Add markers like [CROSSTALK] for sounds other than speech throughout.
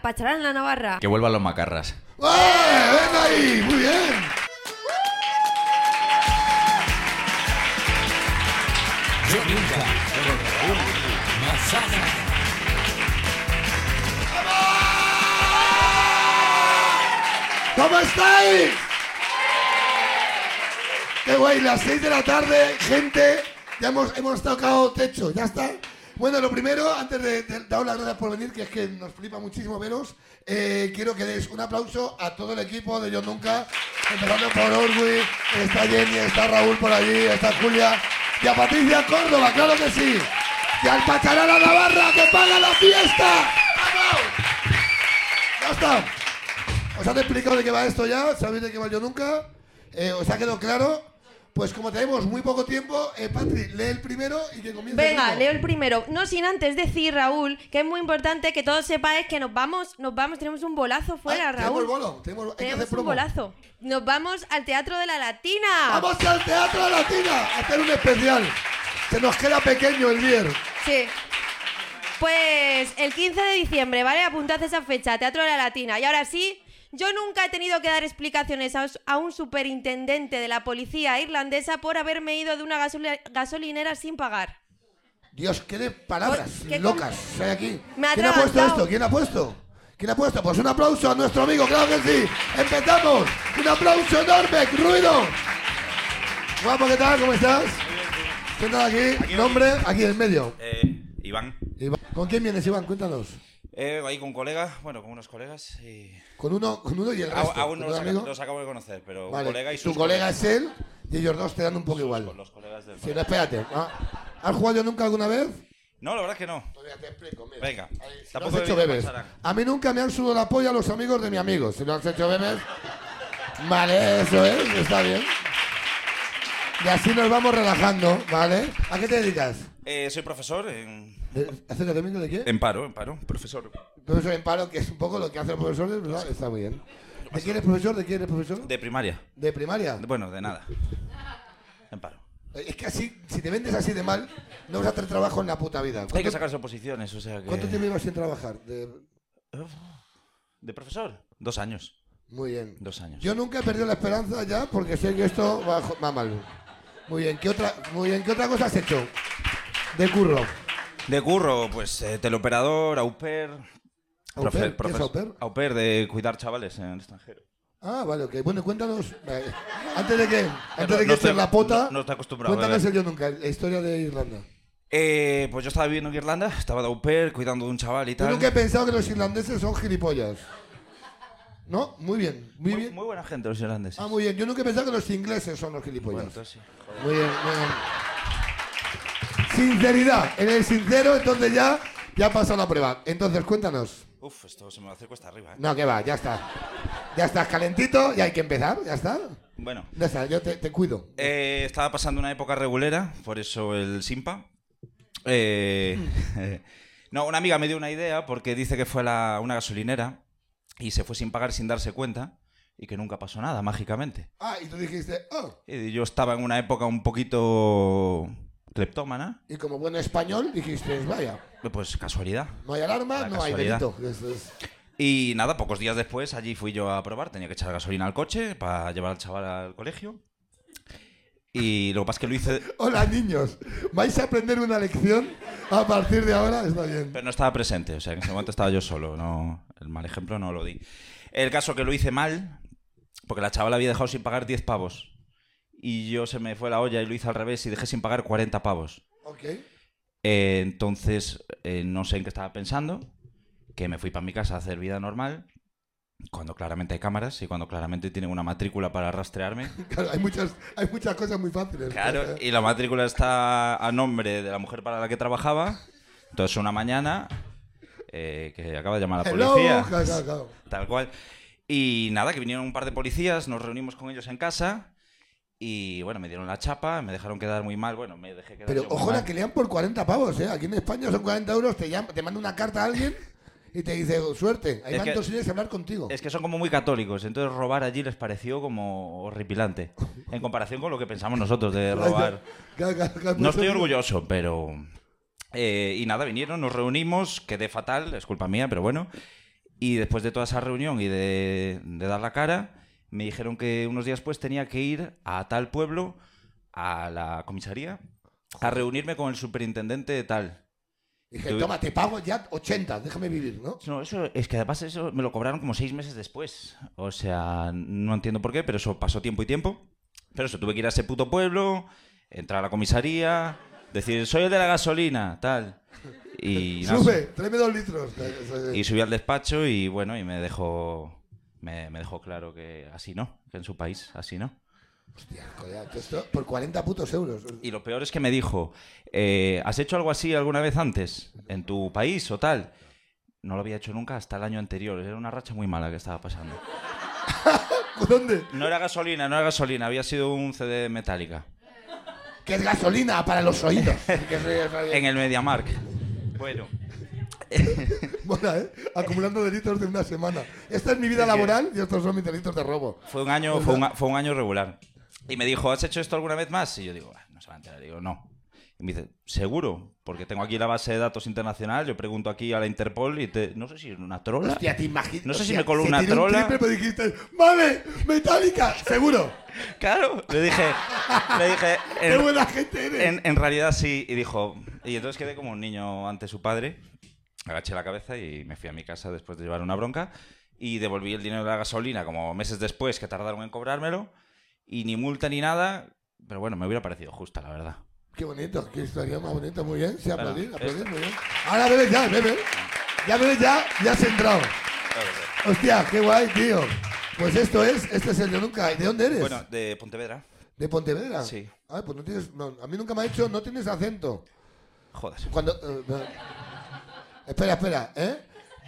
Pacharán en la Navarra. Que vuelvan los macarras. ¡Eh! ¡Ven ahí! ¡Muy bien! ¿Cómo estáis? Qué guay, las 6 de la tarde, gente, ya hemos, hemos tocado techo, ya está. Bueno, lo primero, antes de, de daros las gracias por venir, que es que nos flipa muchísimo veros, eh, quiero que deis un aplauso a todo el equipo de Yo Nunca, empezando por Orwi, está Jenny, está Raúl por allí, está Julia, y a Patricia Córdoba, claro que sí, y al Pacharán a Navarra, que paga la fiesta. ¡Vamos! Ya está. ¿Os han explicado de qué va esto ya? ¿Sabéis de qué va yo nunca? Eh, ¿Os ha quedado claro? Pues como tenemos muy poco tiempo, eh, Patri, lee el primero y que comience Venga, el leo el primero. No sin antes decir, Raúl, que es muy importante que todos sepáis que nos vamos, nos vamos, tenemos un bolazo fuera, Ah, Tenemos Raúl. el bolo, tenemos, hay que hacer Tenemos un promo. bolazo. Nos vamos al Teatro de la Latina. ¡Vamos al Teatro Latina a hacer un especial! Se nos queda pequeño el viernes. Sí. Pues el 15 de diciembre, ¿vale? Apuntad esa fecha, Teatro de la Latina. Y ahora sí, yo nunca he tenido que dar explicaciones a os- a un superintendente de la policía irlandesa por haberme ido de una gasole- gasolinera sin pagar. Dios, qué de palabras Pues, ¿qué locas hay aquí. Me ha ¿Quién ha puesto atragantado. esto? ¿Quién ha puesto? ¿Quién ha puesto? Pues un aplauso a nuestro amigo, claro que sí. Empezamos. Un aplauso enorme, ruido. Guapo, ¿qué tal? ¿Cómo estás? Siéntate aquí. Aquí, Nombre, aquí en medio. Eh, Iván. Iván, ¿Con quién vienes, Iván? Cuéntanos. Eh, ahí con colegas, bueno, con unos colegas y... Con uno, con uno y el A- resto. aún ¿Con no un los, amigo? aca- los acabo de conocer, pero Vale. un colega y Tu sus colega colegas. es él y ellos dos te dan un poco igual. Los colegas del Si no, espérate. ¿ah? ¿Has jugado yo nunca alguna vez? No, la verdad es que no. Todavía te explico, mira. Venga. Ahí, si lo has Tampoco hecho me bebes. pasarán. A mí nunca me han sudado la polla los amigos de mi amigo. Si lo has hecho bebes. Vale, eso es, está bien. Y así nos vamos relajando, ¿vale? ¿A qué te dedicas? Eh, soy profesor en... De- ¿Acércate al micro de qué? en paro, en paro, profesor Profesor en paro, que es un poco lo que hacen los profesores, ¿verdad? Está muy bien. ¿De quién eres profesor? ¿De quién eres profesor? de primaria. ¿De primaria? De- Bueno, de nada. En paro. Es que así, si te vendes así de mal, no vas a hacer trabajo en la puta vida. Hay que ¿Cuánto, sacarse oposiciones, o sea que... cuánto tiempo ibas sin trabajar? De- ¿De profesor? Dos años. Muy bien. Dos años. Yo nunca he perdido la esperanza ya porque sé que esto va, jo- va mal. Muy bien, ¿qué otra, muy bien, ¿qué otra cosa has hecho? De curro. De curro, pues eh, teleoperador, au pair... Au pair, ¿qué es profes- au pair? Au pair de cuidar chavales en el extranjero. Ah, vale, ok. Bueno, cuéntanos. eh, Antes de que, antes no de que estoy- eches la pota, no- no estoy acostumbrado, cuéntanos bebé. el yo nunca, la historia de Irlanda. Eh, pues yo estaba viviendo en Irlanda, estaba de au pair, cuidando de un chaval y Yo tal. nunca he pensado que los irlandeses son gilipollas. ¿No? Muy bien, muy, Muy, bien. muy buena gente los irlandeses. Ah, muy bien. Yo nunca he pensado que los ingleses son los Bueno, gilipollas. entonces sí. Muy bien, muy bien. Sinceridad. En el sincero, entonces ya, ya ha pasado la prueba. Entonces, cuéntanos. Uf, esto se me va a hacer cuesta arriba, ¿eh? No, que va, ya está. Ya estás calentito y hay que empezar, ya está. Bueno, Ya está, yo te, te cuido. eh, estaba pasando una época regulera, por eso el Simpa. Eh, [LAUGHS] no, una amiga me dio una idea porque dice que fue a la- una gasolinera y se fue sin pagar, sin darse cuenta y que nunca pasó nada, mágicamente. Ah, y tú dijiste, oh. Y yo estaba en una época un poquito cleptómana, Y como buen español dijiste, vaya, pues casualidad. no hay alarma, La no casualidad. hay delito. Eso es. Y nada, pocos días después allí fui yo a probar, tenía que echar gasolina al coche para llevar al chaval al colegio. Y lo que pasa es que lo hice, Hola, niños. ¿Vais a aprender una lección a partir de ahora? Está bien. Pero no estaba presente, o sea, en ese momento estaba yo solo, no, el mal ejemplo no lo di. El caso que lo hice mal, porque la chavala había dejado sin pagar 10 pavos. Y yo se me fue la olla y lo hice al revés y dejé sin pagar 40 pavos. Ok. Eh, entonces, eh, no sé en qué estaba pensando, que me fui para mi casa a hacer vida normal, cuando claramente hay cámaras y cuando claramente tienen una matrícula para rastrearme. [LAUGHS] Claro, hay muchas, hay muchas cosas muy fáciles. Claro, y la matrícula está a nombre de la mujer para la que trabajaba. Entonces, una mañana, eh, que acaba de llamar a la Hello, policía. claro, claro, claro. [LAUGHS] Tal cual. Y nada, que vinieron un par de policías, nos reunimos con ellos en casa y bueno, me dieron la chapa, me dejaron quedar muy mal, bueno, me dejé quedar Pero yo muy ojo mal. la que lean por 40 pavos, ¿eh? Aquí en España son 40 euros, te, llama- te manda una carta a alguien y te dice, "Oh, suerte, hay Es van que- dos [LAUGHS] días a hablar contigo. Es que son como muy católicos, entonces robar allí les pareció como horripilante, en comparación con lo que pensamos [LAUGHS] nosotros de robar. Claro, claro, claro, No mucho estoy dinero. orgulloso, pero... eh, y nada, vinieron, nos reunimos, quedé fatal, es culpa mía, pero bueno. Y después de toda esa reunión y de, de dar la cara, me dijeron que unos días después tenía que ir a tal pueblo, a la comisaría, a reunirme con el superintendente de tal. Dije, Tú- toma, te pago ya 80, déjame vivir, ¿no? No, eso es que además eso me lo cobraron como seis meses después. O sea, no entiendo por qué, pero eso pasó tiempo y tiempo. Pero eso, tuve que ir a ese puto pueblo, entrar a la comisaría, decir, soy el de la gasolina, tal. [LAUGHS] Y, nada, Sube, tráeme dos litros. y subí al despacho y bueno, y me dejó, me, me dejó claro que así no, que en su país así no. Hostia, coño, esto por 40 putos euros. Y lo peor es que me dijo, eh, ¿has hecho algo así alguna vez antes? ¿En tu país o tal? No lo había hecho nunca hasta el año anterior. Era una racha muy mala que estaba pasando. [LAUGHS] ¿Dónde? No era gasolina, no era gasolina, había sido un CD metálica. Que es gasolina para los [LAUGHS] oídos. Que se- En el MediaMark. Bueno, Mola, ¿eh? Acumulando delitos de una semana. Esta es mi vida Es que- laboral y estos son mis delitos de robo. fue un año, fue un, a- fue un año regular. Y me dijo, ¿has hecho esto alguna vez más? Y yo digo, "Ah, no se va a enterar. Digo, no. Y me dice, ¿seguro? Porque tengo aquí la base de datos internacional, yo pregunto aquí a la Interpol y te... No sé si es una trola. Hostia, te imaginas. No sé si hostia, me coló se una tiró un trola. triple, pero dijiste, ¡Vale! ¡Metálica! [LAUGHS] ¡Seguro! Claro. Le dije, le [LAUGHS] dije... ¡Qué en- buena gente eres! En, en realidad sí, y dijo. Y entonces quedé como un niño ante su padre, agaché la cabeza y me fui a mi casa después de llevar una bronca y devolví el dinero de la gasolina como meses después que tardaron en cobrármelo y ni multa ni nada, pero bueno, me hubiera parecido justa, la verdad. Qué bonito, qué historia más bonita, muy bien. Sí, Claro, aplaudir, aplaudir, esta. muy bien. Ahora bebes ya, bebes. Ya bebes ya, ya has entrado. Hostia, qué guay, tío. Pues esto es, este es el de nunca. ¿De dónde eres? Bueno, de Pontevedra. ¿De Pontevedra? Sí. Ah, pues no tienes, no, a mí nunca me ha dicho, no tienes acento. Joder. Cuando. eh, eh, espera, espera, ¿eh?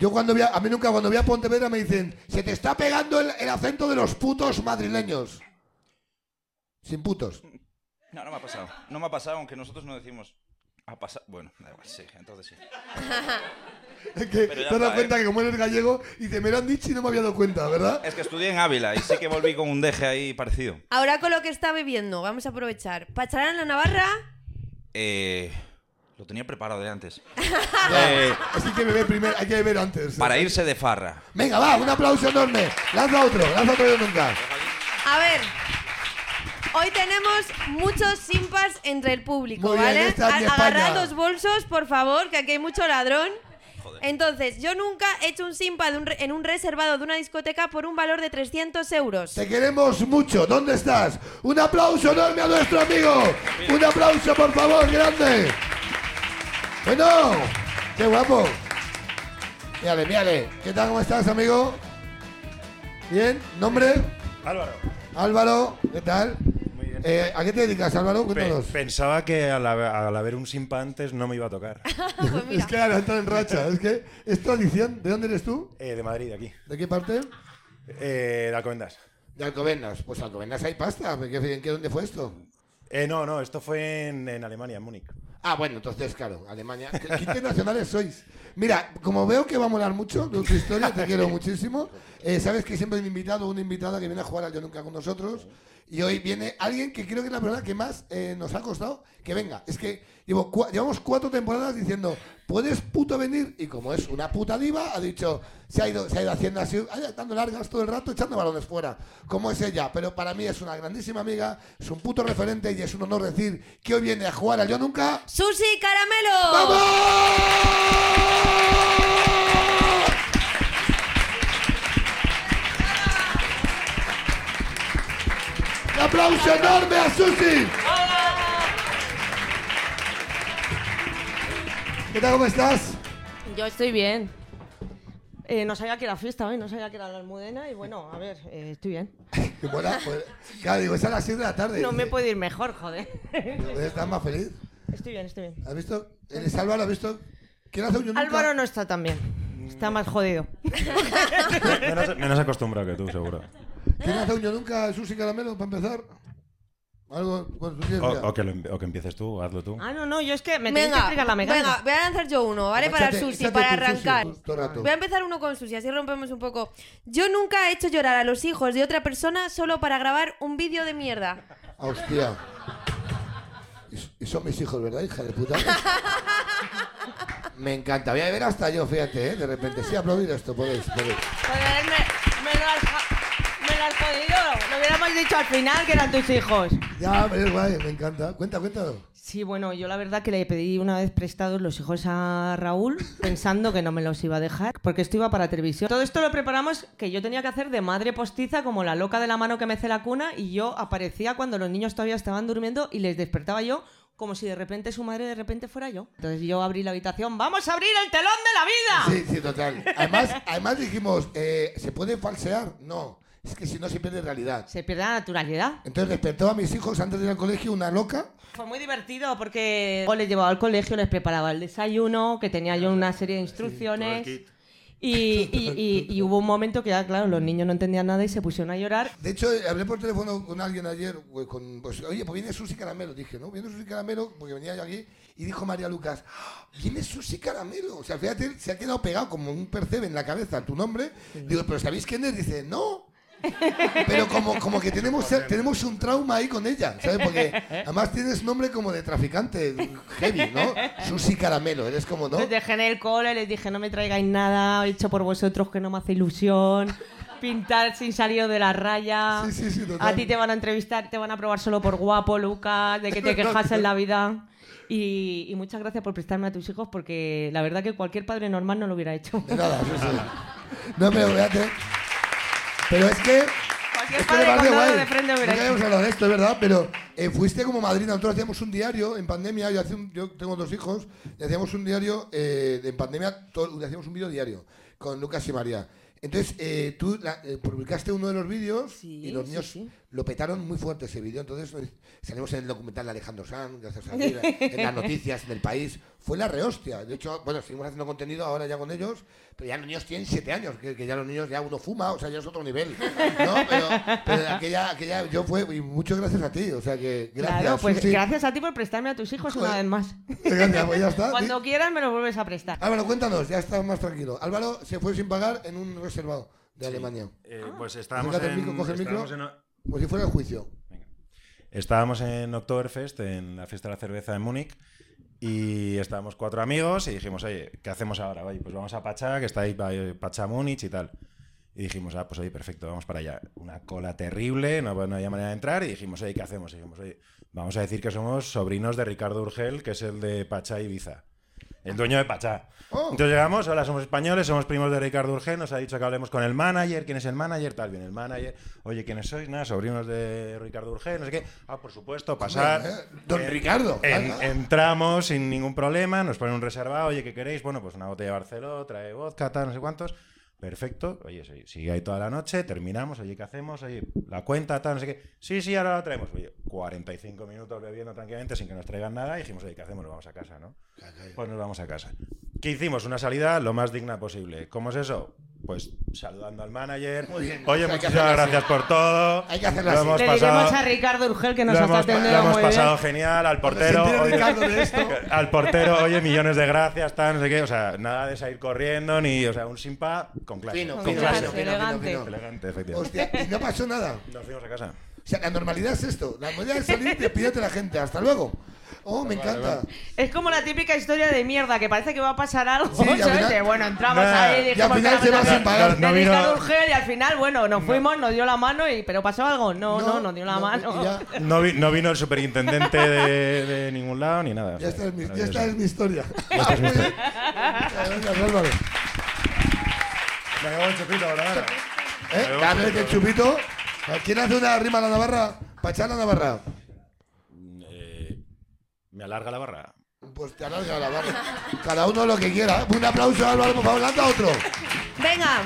Yo cuando voy a, a mí nunca cuando voy a Pontevedra me dicen, se te está pegando el, el acento de los putos madrileños. Sin putos. No, no me ha pasado. No me ha pasado, aunque nosotros no decimos. Ha pasado. Bueno, da igual, sí, entonces sí. Es que Pero te ya has dado está, ¿eh? cuenta que como eres gallego y te me lo han dicho y no me había dado cuenta, ¿verdad? Es que estudié en Ávila y sí que volví con un deje ahí parecido. Ahora con lo que está bebiendo, vamos a aprovechar. Pacharán la Navarra, Eh, lo tenía preparado de antes. Ya, Eh, Así que beber primero, hay que beber antes. para irse de farra. Venga, va, un aplauso enorme. Lanza otro, lanza otro de nunca. a ver. Hoy tenemos muchos simpas entre el público, Muy bien, ¿vale? esta es mi España. agarrad los bolsos, por favor, que aquí hay mucho ladrón. Entonces, yo nunca he hecho un simpa de un re- en un reservado de una discoteca por un valor de 300 euros. Te queremos mucho. ¿Dónde estás? Un aplauso enorme a nuestro amigo. Un aplauso, por favor, grande. Bueno, qué guapo. Mírale, mírale. ¿Qué tal? ¿Cómo estás, amigo? Bien, nombre. Álvaro, Álvaro, ¿qué tal? Muy bien. Eh, ¿A qué te dedicas, Álvaro? pe- Cuéntanos. pensaba que al, haber- al haber un simpa antes no me iba a [LAUGHS] tocar. pues Es mira, que ahora está en racha. Es que es tradición. ¿De dónde eres tú? Eh, de Madrid, de aquí. ¿De qué parte? Eh, de Alcobendas. De Alcobendas. Pues Alcobendas hay pasta. ¿En qué, en qué- dónde fue esto? Eh, no, no, esto fue en, en Alemania, en Múnich. Ah, bueno, entonces, claro, Alemania. [LAUGHS] ¿Qué, qué internacionales sois? Mira, como veo que va a molar mucho de tu historia, te quiero muchísimo. Eh, Sabes que siempre hay un invitado o una invitada que viene a jugar al Yo Nunca con nosotros. Y hoy viene alguien que creo que es la persona que más eh, nos ha costado que venga. Es que llevo cua- llevamos cuatro temporadas diciendo, ¿puedes puto venir? Y como es una puta diva, ha dicho, se ha ido, se ha ido haciendo así, ay, dando largas todo el rato, echando balones fuera. Como es ella, pero para mí es una grandísima amiga, es un puto referente y es un honor decir que hoy viene a jugar al Yo Nunca. Susi Caramelo. Un aplauso enorme a Susi. ¿Qué tal? ¿Cómo estás? Yo estoy bien. Eh, no sabía que era fiesta hoy, no sabía que era la almudena y bueno, a ver, eh, estoy bien. Qué mola, pues, claro, digo, es a las 6 de la tarde. Eh, No me puedo ir mejor, joder. Estás más feliz. Estoy bien, estoy bien. ¿Has visto? ¿Eres Álvaro? ¿Has visto? ¿Quién hace un yo nunca? Mm. Álvaro no está tan bien. Está más jodido. [LAUGHS] Menos, menos acostumbrado que tú, seguro. ¿Quién hace un yo nunca? ¿Susi Caramelo, para empezar? Algo, bueno, tú tienes, O, mira. o que lo em- o que empieces tú, hazlo tú. Ah, no, no, yo es que me tenéis que Venga, explicar la mecánica. venga, voy a lanzar yo uno, ¿vale? Para Échate- Susi, échate para tú, Susi, arrancar. todo el rato. Voy a empezar uno con Susi, así rompemos un poco. Yo nunca he hecho llorar a los hijos de otra persona solo para grabar un vídeo de mierda. Ah, Hostia. Y- Y son mis hijos, ¿verdad, hija de puta? Me encanta. Voy a beber hasta yo, fíjate, ¿eh? de repente. Sí, aplaudir esto, podéis, podéis. Joder, me, me lo has, me lo has jodido. Lo hubiéramos dicho al final que eran tus hijos. Ya, pero es guay, me encanta. Cuenta, cuéntalo. Sí, bueno, yo la verdad que le pedí una vez prestados los hijos a [LAUGHS] Raúl, pensando que no me los iba a dejar, porque esto iba para televisión. Todo esto lo preparamos que yo tenía que hacer de madre postiza, como la loca de la mano que mece la cuna, y yo aparecía cuando los niños todavía estaban durmiendo y les despertaba yo, como si de repente su madre de repente fuera yo. Entonces yo abrí la habitación, ¡vamos a abrir el telón de la vida! Sí, sí, total. Además, además dijimos, eh, ¿se puede falsear? No. Es que si no se pierde realidad. Se pierde la naturalidad. Entonces despertó a mis hijos antes de ir al colegio una loca. Fue muy divertido porque o les llevaba al colegio, les preparaba el desayuno, que tenía yo una serie de instrucciones. todo el kit. y, y- y- y hubo un momento que ya, claro, los niños no entendían nada y se pusieron a llorar. De hecho, eh, hablé por teléfono con alguien ayer, güey, con, pues, oye, pues viene Susi Caramelo, dije, ¿no? Viene Susi Caramelo, porque venía yo aquí, y dijo María Lucas, "¡Ah! viene Susi Caramelo. O sea, fíjate, se ha quedado pegado como un percebe en la cabeza tu nombre. Digo, ¿pero sabéis quién es? Dice, no. Pero como, como que tenemos, tenemos un trauma ahí con ella, ¿sabes? Porque además tienes nombre como de traficante heavy, ¿no? Susi Caramelo, eres como, ¿no? Les dejé en el cole, les dije, no me traigáis nada hecho por vosotros que no me hace ilusión. Pintar sin salir de la raya. Sí, sí, sí, total. a ti te van a entrevistar, te van a probar solo por guapo, Lucas, de que [LAUGHS] te quejas en la vida. Y, y muchas gracias por prestarme a tus hijos porque la verdad que cualquier padre normal no lo hubiera hecho. De nada, Susi. No, pero fíjate. Pero es que. Cualquier es que padre me parece con dedo guay. Pues de frente hubiera Nunca hecho. habíamos hablado de esto, es verdad, pero eh, fuiste como madrina. Nosotros hacíamos un diario en pandemia. Yo, hacía un- yo tengo dos hijos. Y hacíamos un diario eh, en pandemia. todo- hacíamos un vídeo diario con Lucas y María. Entonces, eh, tú la- eh, publicaste uno de los vídeos Sí, y los sí, niños sí. lo petaron muy fuerte ese vídeo. Entonces, eh, salimos en el documental de Alejandro Sanz, gracias a Dios, en las noticias, en el país. Fue la rehostia. De hecho, bueno, seguimos haciendo contenido ahora ya con ellos, pero ya los niños tienen siete años, que, que ya los niños ya uno fuma, o sea, ya es otro nivel. ¿no? Pero, pero Pues, aquella, aquella, yo fue, y muchas gracias a ti, o sea que gracias. claro, pues Susi. gracias a ti por prestarme a tus hijos una Joder. vez más. Gracias, pues ya está. Cuando Di- quieras me los vuelves a prestar. Álvaro, cuéntanos, ya estás más tranquilo. Álvaro se fue sin pagar en un reservado de Alemania, Eh, pues estábamos Acércate al en, micro, coge el micro. estábamos en- como si fuera el juicio. Estábamos en Oktoberfest, en la fiesta de la cerveza en Múnich, y estábamos cuatro amigos y dijimos, oye, ¿qué hacemos ahora? Oye, pues vamos a Pachá, que está ahí eh, Pachá Múnich y tal. Y dijimos, ah, pues oye, perfecto, vamos para allá. Una cola terrible, no, no había manera de entrar, y dijimos, oye, ¿qué hacemos? Y dijimos, oye, vamos a decir que somos sobrinos de Ricardo Urgel, que es el de Pachá Ibiza. El dueño de Pachá. Oh. Entonces llegamos, ahora somos españoles, somos primos de Ricardo Urgel, nos ha dicho que hablemos con el manager, quién es el manager, tal, bien, el manager, oye, ¿quiénes sois? Nada, sobrinos de Ricardo Urgel, no sé qué. Ah, por supuesto, pasar. Bueno, ¿eh? Don Eh, Ricardo. en- Ah, ah. entramos sin ningún problema, nos ponen un reservado, oye, ¿qué queréis? Bueno, pues una botella de Barceló, trae vodka, tal, no sé cuántos. Perfecto, oye, sí, sigue ahí toda la noche, terminamos, oye, ¿qué hacemos? Oye, la cuenta, tal, no sé qué. Sí, sí, ahora la traemos. Oye, 45 minutos bebiendo tranquilamente sin que nos traigan nada y dijimos, oye, ¿qué hacemos? Nos vamos a casa, ¿no? Pues nos vamos a casa. ¿Qué hicimos? Una salida lo más digna posible. ¿Cómo es eso? Pues saludando al manager. Muy bien. Oye, Hay que muchísimas hacerlo así. gracias por todo. Hay que Lo hacerlo así. hemos Le diremos pasado- a Ricardo Urgel que nos lo ha hemos, atendido lo hemos muy pasado bien. genial al portero. sentir el oye, Ricardo de esto. [LAUGHS] Al portero, oye, millones de gracias, tal, no sé qué. O sea, nada de salir corriendo, ni, o sea, un simpa con clase. Fino, con fino, clase, fino, fino, fino, elegante. fino. Elegante, efectivamente. Hostia, y no pasó nada. Nos fuimos a casa. O sea, la normalidad es esto. La normalidad es salir y despídete a la gente. Hasta luego. Oh, me encanta. Es como la típica historia de mierda, que parece que va a pasar algo. Sí, y al [LAUGHS] ¿sabes? final- De, bueno, entramos Nah. ahí, Y al dijimos que final la se va verdad sin que- pagar. de No vino- Ricardo Urgel y al final, bueno, nos fuimos, nos dio la mano, y pero pasó algo. No, no, nos dio la no, mano. y Ya, No, vi- no vino el superintendente de, de ningún lado ni nada. o sea, ya esta es mi, ya maravilloso. esta es [LAUGHS] mi historia. [LAUGHS] Muchas Gracias, Álvaro. Me acabo el chupito, por la gana. ¿Eh? Dale que el chupito. ¿Quién hace una rima a la Navarra? Pachá a la Navarra. Eh, me alarga la barra. Pues te alarga la barra. [LAUGHS] Cada uno lo que quiera. Un aplauso, Álvaro, por favor. Lanza otro. Venga,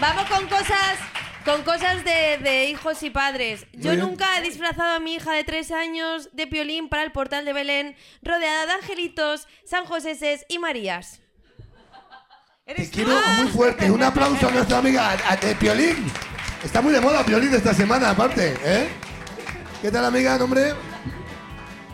vamos con cosas, con cosas de, de hijos y padres. Yo bien. nunca he disfrazado a mi hija de tres años de piolín para el portal de Belén, rodeada de angelitos, San Joséses y Marías. Te quiero muy fuerte. Un aplauso a nuestra amiga a, a- de Piolín. Está muy de moda Piolín esta semana, aparte. ¿eh? ¿Qué tal, amiga? ¿Nombre?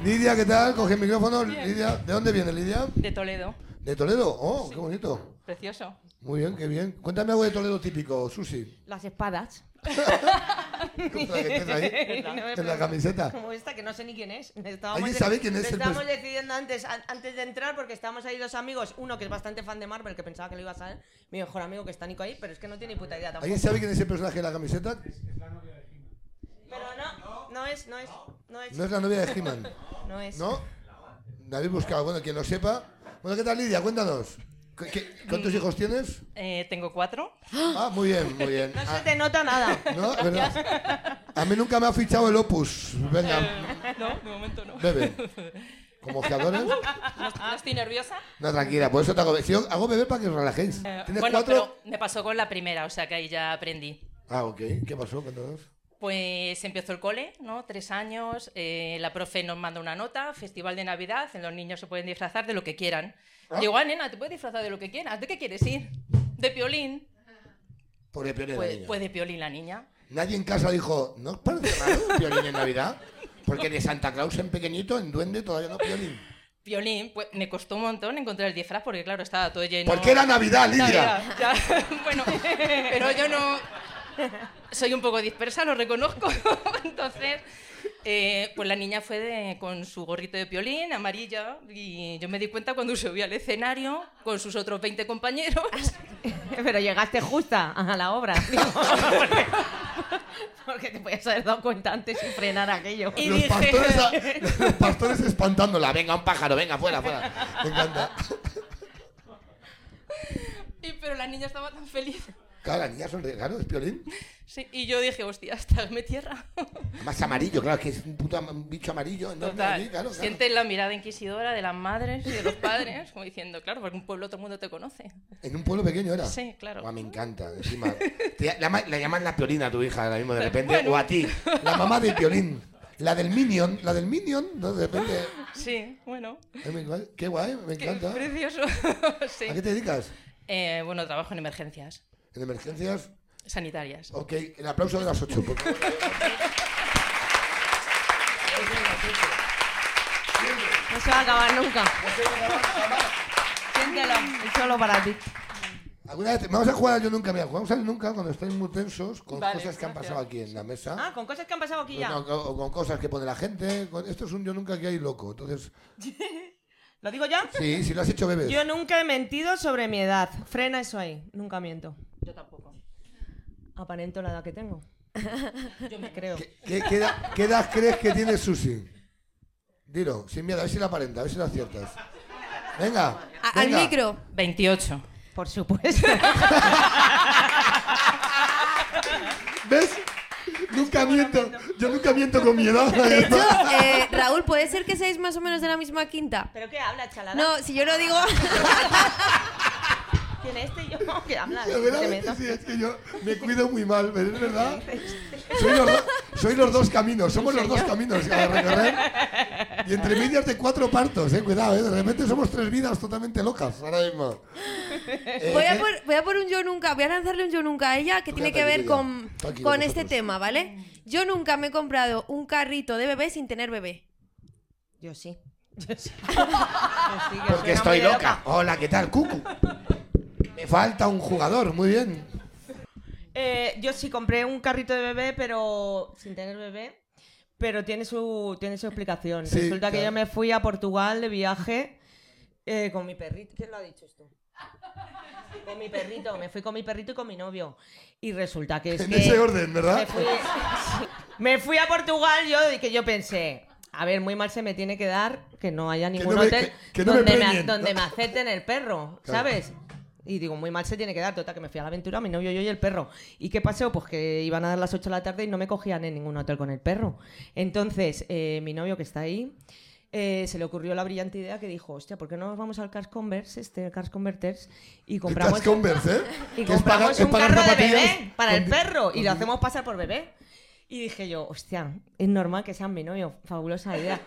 Lidia, ¿qué tal? Coge el micrófono. Lidia, ¿de dónde viene Lidia? De Toledo. De Toledo. Oh, qué bonito. Precioso. Muy bien, qué bien. Cuéntame algo de Toledo típico, Susi. Las espadas. la que tienes [LAUGHS] ahí, No me en la preguntes. camiseta. Como esta, que no sé ni quién es. Estábamos ¿Alguien sabe quién lo es el Estábamos pres- decidiendo antes, an- antes de entrar, porque estábamos ahí dos amigos. Uno que es bastante fan de Marvel, que pensaba que lo iba a saber. Mi mejor amigo, que está Nico ahí, pero es que no tiene ni puta idea tampoco. ¿Alguien sabe quién es el personaje de la camiseta? Pero no, no es, no es, no es, No es la novia de He-Man. no es. ¿No? La habéis buscado. Bueno, quien lo sepa. Bueno, ¿qué tal, Lidia? Cuéntanos. ¿Qué- qué- ¿Cuántos hijos [GASPS] tienes? Eh, tengo cuatro. Ah, muy bien, muy bien. No Ah, se te nota nada. [LAUGHS] ¿no? ¿Verdad? A mí nunca me ha fichado el Opus. Venga, No, de momento no. bebe. ¿Como ojeadores? No, no estoy nerviosa. No, tranquila, por eso te hago... si yo hago beber para que os relajéis. Eh, ¿Tienes bueno, cuatro? pero me pasó con la primera, o sea que ahí ya aprendí. Ah, ok. ¿Qué pasó? Cuéntanos. Pues empezó el cole, ¿no? Tres años, eh, la profe nos manda una nota, festival de Navidad, en los niños se pueden disfrazar de lo que quieran. Digo, ah, nena, te puedes disfrazar de lo que quieras, ¿de qué quieres ir? ¿De piolín? Pobre Piolín la Pues, niña. pues de piolín la niña. Nadie en casa dijo, ¿no os parece raro Piolín en Navidad? Porque de Santa Claus en pequeñito, en duende, todavía no Piolín. Piolín, pues me costó un montón encontrar el disfraz porque, claro, estaba todo lleno. Porque era Navidad, Ya, Lidia. ya, ya. [LAUGHS] bueno, pero yo no. Soy un poco dispersa, lo reconozco. [LAUGHS] Entonces, eh, pues la niña fue de- con su gorrito de piolín amarillo y yo me di cuenta cuando subí al escenario con sus otros 20 compañeros. [LAUGHS] [LAUGHS] Pero llegaste justa a la obra. digo, [LAUGHS] porque, porque te podías haber dado cuenta antes y frenar aquello. Y Los dije- pastores, a- los pastores espantándola. Venga, un pájaro, venga, fuera, fuera. Me encanta. Y- pero la niña estaba tan feliz. Claro, la niña sonríe, claro, es Piolín. Sí, y yo dije, hostia, hasta me tierra. Además amarillo, claro, es que es un puto am- un bicho amarillo. enorme Total, allí, claro, claro. sientes la mirada inquisidora de las madres y de los padres, como diciendo, claro, porque un pueblo todo el mundo te conoce. En un pueblo pequeño era. Sí, claro. Buah, me encanta. Encima, te- la, ma- la llaman la piolina a tu hija ahora mismo de repente, Bueno. o a ti. La mamá del piolín. La del Minion, la del Minion, ¿no? De repente. Sí, bueno, Ay, me guay, Qué guay, me qué encanta. ¿A precioso. [LAUGHS] sí. qué te dedicas? Eh, bueno, trabajo en emergencias En emergencias. sanitarias. Ok, el aplauso de las ocho, por favor. No se va a acabar nunca. Siéntelo, es solo para ti. Alguna vez, vamos a jugar al Yo Nunca, mira, jugamos al Nunca cuando estáis muy tensos con Vale, cosas que han gracias. pasado aquí en la mesa. Ah, con cosas que han pasado aquí Pues ya. no, o o con cosas que pone la gente. con- Esto es un yo nunca que hay loco. Entonces, [LAUGHS] ¿Lo digo ya? sí, si lo has hecho bebés. Yo nunca he mentido sobre mi edad. Frena eso ahí. Nunca miento. Yo tampoco. Aparento la edad que tengo. [LAUGHS] Yo me creo. ¿Qué, qué- qué edad, qué edad crees que tiene Susi? Dilo, sin miedo, a ver si la aparenta, a ver si la aciertas. Venga. A- al venga. micro. 28. Por supuesto. ¿Ves? Nunca miento. Yo nunca miento con mi edad. De [LAUGHS] hecho, eh, Raúl, ¿puede ser que seáis más o menos de la misma quinta? ¿Pero qué habla, chalada? No, si yo lo digo. [LAUGHS] ¿Quién este [LAUGHS] y yo? ¿Qué habla? La verdad Te es que meto. sí, es que yo me cuido muy mal, pero es verdad. Soy los, do- soy los dos caminos, somos los dos caminos a recorrer. Y entre medias de cuatro partos, eh, cuidado, eh, de repente somos tres vidas totalmente locas ahora mismo. Eh, Voy a, eh, por, voy a por un yo nunca, voy a lanzarle un yo nunca a ella que Tú tiene que quédate ver aquí, Lidia. con, Tú aquí con con este nosotros. tema, ¿vale? Yo nunca me he comprado un carrito de bebé sin tener bebé. Yo sí. Yo sí. que Porque suena estoy muy de loca. Hola, ¿qué tal, [LAUGHS] Cucu? Me falta un jugador, muy bien. [LAUGHS] Eh, yo sí compré un carrito de bebé, pero sin tener bebé. Pero tiene su, tiene su explicación. Sí, Resulta que claro. yo me fui a Portugal de viaje eh, con mi perrito. ¿Quién lo ha dicho esto? Con mi perrito. Me fui con mi perrito y con mi novio. Y resulta que es En que... ese orden, Me ¿verdad? fui, me fui a Portugal yo y que yo pensé, a ver, muy mal se me tiene que dar que no haya ningún no me- hotel que- que no me donde, me, preñen, ¿no? donde me acepten el perro, [LAUGHS] Claro. ¿sabes? Y digo, muy mal se tiene que dar, total, que me fui a la aventura, mi novio, yo y el perro. ¿Y qué pasó? Pues que iban a dar las 8 de la tarde y no me cogían en ningún hotel con el perro. Entonces, eh, mi novio que está ahí, eh, se le ocurrió la brillante idea que dijo, hostia, ¿por qué no nos vamos al Cars Converse, este Cars Converters, y compramos... Estás Converse, ¿eh? [LAUGHS] Y Que es pagar- compramos es un pagar carro de zapatillas bebé para el con- perro y con- lo hacemos pasar por bebé. Y dije yo, hostia, es normal que sean mi novio, fabulosa idea.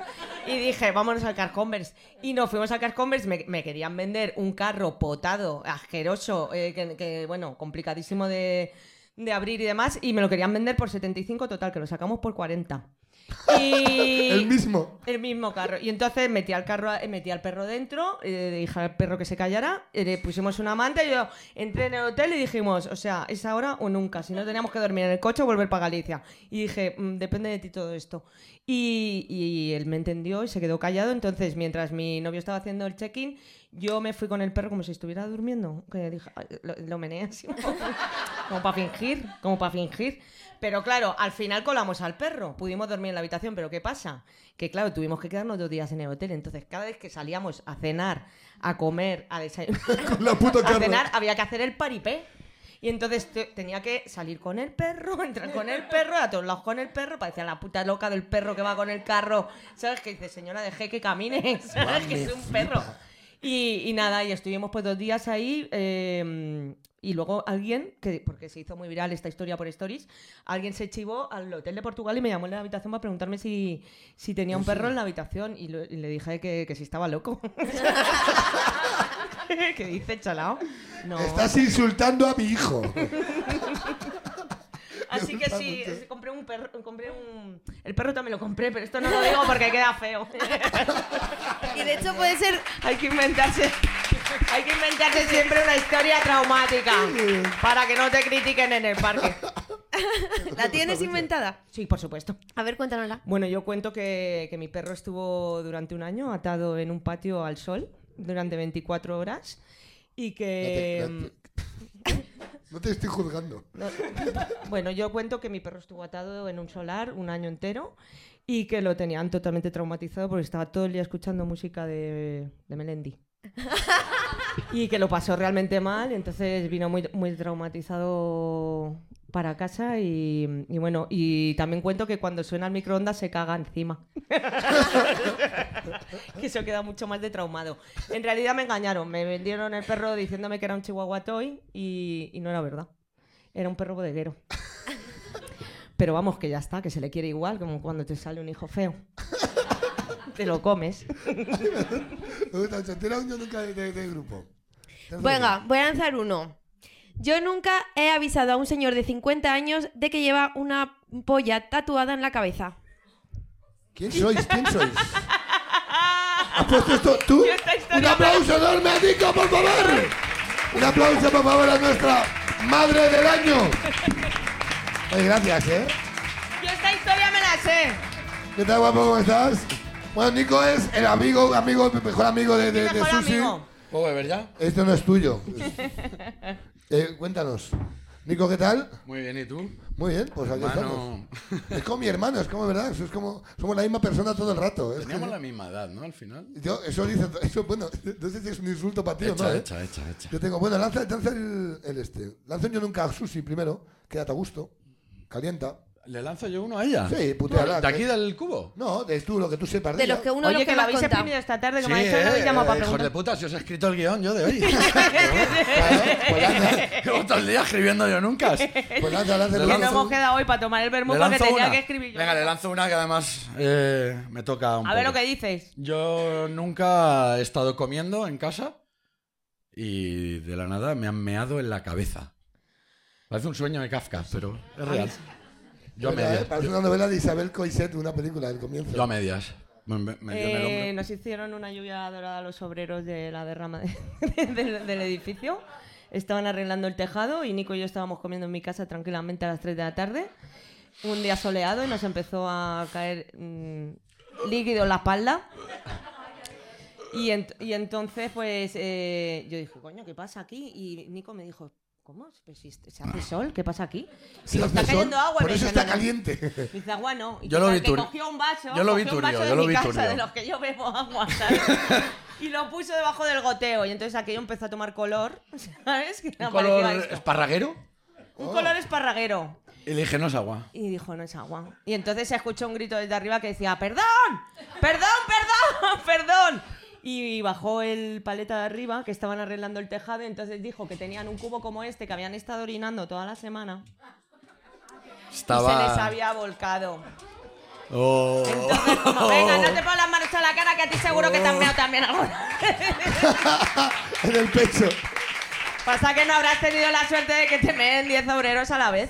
Y dije, vámonos al Car Converse. Y nos fuimos al Car Converse, me, me querían vender un carro potado, asqueroso, eh, que, que, bueno, complicadísimo de, de abrir y demás, y me lo querían vender por 75 total, que lo sacamos por 40. Y... [LAUGHS] El mismo. El mismo carro. Y entonces metí al carro, eh, metí al perro dentro, eh, le dije al perro que se callara, eh, le pusimos una manta y yo entré en el hotel y dijimos, o sea, es ahora o nunca, si no teníamos que dormir en el coche o volver para Galicia. Y dije, "Mm, depende de ti todo esto. Y, y él me entendió y se quedó callado, entonces mientras mi novio estaba haciendo el check-in, yo me fui con el perro como si estuviera durmiendo, que dije, "Ay", lo, lo meneé así, un poco, como para fingir, como para fingir. Pero claro, al final colamos al perro. Pudimos dormir en la habitación, pero ¿qué pasa? Que claro, tuvimos que quedarnos dos días en el hotel. Entonces, cada vez que salíamos a cenar, a comer, a desayunar, [LAUGHS] Con la puta [LAUGHS] a carne. cenar, había que hacer el paripé. Y entonces te- tenía que salir con el perro, [LAUGHS] entrar con el perro, a todos lados con el perro. Parecía la puta loca del perro que va con el carro. ¿Sabes? Que dice, señora, dejé que camine. ¿Sabes? Que es un perro. [LAUGHS] Y, y nada, y estuvimos pues dos días ahí. eh, y luego alguien, que, porque se hizo muy viral esta historia por stories, alguien se chivó al hotel de Portugal y me llamó en la habitación para preguntarme si, si tenía un Pues perro en la habitación. Y, lo- y le dije que, que si estaba loco. que dice chalao. No. Estás insultando a mi hijo. [LAUGHS] Así Me que gusta sí, mucho. sí, compré un perro, compré un... El perro también lo compré, pero esto no lo digo porque queda feo. Y de hecho puede ser Hay que inventarse... Hay que inventarse siempre una historia traumática para que no te critiquen en el parque. ¿La tienes inventada? Sí, por supuesto. A ver, cuéntanosla. Bueno, yo cuento que, que mi perro estuvo durante un año atado en un patio al sol durante 24 horas y que... mm, No te- [LAUGHS] No te estoy juzgando. No, bueno, yo cuento que mi perro estuvo atado en un solar un año entero y que lo tenían totalmente traumatizado porque estaba todo el día escuchando música de, de Melendi. Y que lo pasó realmente mal, entonces vino muy, muy traumatizado para casa y, y bueno, y también cuento que cuando suena el microondas se caga encima. [LAUGHS] que eso queda mucho más de traumado. En realidad me engañaron, me vendieron el perro diciéndome que era un chihuahua toy y- y no era verdad. Era un perro bodeguero. Pero vamos, que ya está, que se le quiere igual, como cuando te sale un hijo feo. Te lo comes. Me gusta mucho. Tira un yo nunca de, de- de grupo. Venga, voy a lanzar uno. Yo nunca he avisado a un señor de 50 años de que lleva una polla tatuada en la cabeza. ¿Quién sois? ¿Quién sois? [LAUGHS] ¿Has puesto esto tú? Yo esta historia Un aplauso enorme a Nico, por favor. Un aplauso, por favor, a nuestra madre del año. Oye, gracias, ¿eh? Yo esta historia me la sé. ¿Qué tal, guapo? ¿Cómo estás? Bueno, Nico es el amigo, amigo, mejor amigo de, de, de mejor Susi. amigo. ¿Puedo beber ya? Esto no es tuyo. Eh, cuéntanos. Nico, ¿qué tal? Muy bien, ¿y tú? Muy bien, pues aquí estamos. Mano, Es como mi hermano, es como verdad, es como, somos la misma persona todo el rato. es teníamos que- la misma edad, ¿no? Al final. Yo, eso dice, eso, bueno, [LAUGHS] no sé si es un insulto para ti o no, Hecha, ¿eh? hecha, hecha, hecha. Yo tengo, bueno, lanza, lanza el, el este. Lanza un yo nunca a sushi primero, quédate a gusto, calienta. ¿Le lanzo yo uno a ella? Sí, puteala. ¿De aquí del cubo? No, de tú lo que tú sepas de, De los ella. que uno de los Oye, que, que, lo me ha habéis contado. exprimido esta tarde, que Sí, me ha dicho, no eh, habéis llamado para eh, hijos de preguntar. puta, si os he escrito el guión yo de [LAUGHS] hoy. Claro, pues lanza, Llevo todo el día escribiendo yo nunca. Le pues lanza, lanza, Le [LAUGHS] Que lanza. no hemos quedado hoy para tomar el vermú porque lanzo tenía una. que escribir yo. Venga, le lanzo una que además eh, me toca un a ver lo poco. que dices. Yo nunca he estado comiendo en casa y de la nada me han meado en la cabeza. Parece un sueño de Kafka, pero es real. Yo a Verdad, medias. ¿eh? Parece una novela de Isabel Coiset, una película del comienzo. Yo a medias. Me, me- me dio en el Eh, hombro. nos hicieron una lluvia dorada a los obreros de la derrama de- [LAUGHS] del- del edificio. Estaban arreglando el tejado y Nico y yo estábamos comiendo en mi casa tranquilamente a las 3 de la tarde. Un día soleado y nos empezó a caer mm, líquido en la espalda. Y, ent- y entonces, pues, eh, yo dije, coño, ¿qué pasa aquí? Y Nico me dijo, ¿cómo? Pues si ¿Se hace sol? ¿Qué pasa aquí? Si Se hace está cayendo sol, agua. y Por me eso dice, está "No, no". [LAUGHS] caliente. Dice agua no. Y Yo lo total, vi que turbio. cogió un vaso. Yo lo vi cogió un turbio, vaso de yo lo mi vi casa, turbio. de los que yo bebo agua, [LAUGHS] ¿sabes? y lo puso debajo del goteo. Y entonces aquello empezó a tomar color, [LAUGHS] ¿sabes? Que Un no parecía color eh, oh. esto. esparraguero Un color esparraguero. y le dije, no es agua. Y dijo, no es agua. Y entonces se escuchó un grito desde arriba que decía, perdón, perdón, perdón, [LAUGHS] perdón. Y bajó el paleta de arriba, que estaban arreglando el tejado, y entonces dijo que tenían un cubo como este, que habían estado orinando toda la semana, y Estaba. se les había volcado. Oh. Entonces, como, venga, no te pongas las manos a la cara que a ti seguro que te han meado también alguna. [LAUGHS] en el pecho. [LAUGHS] Pasa que no habrás tenido la suerte de que te meen 10 obreros a la vez.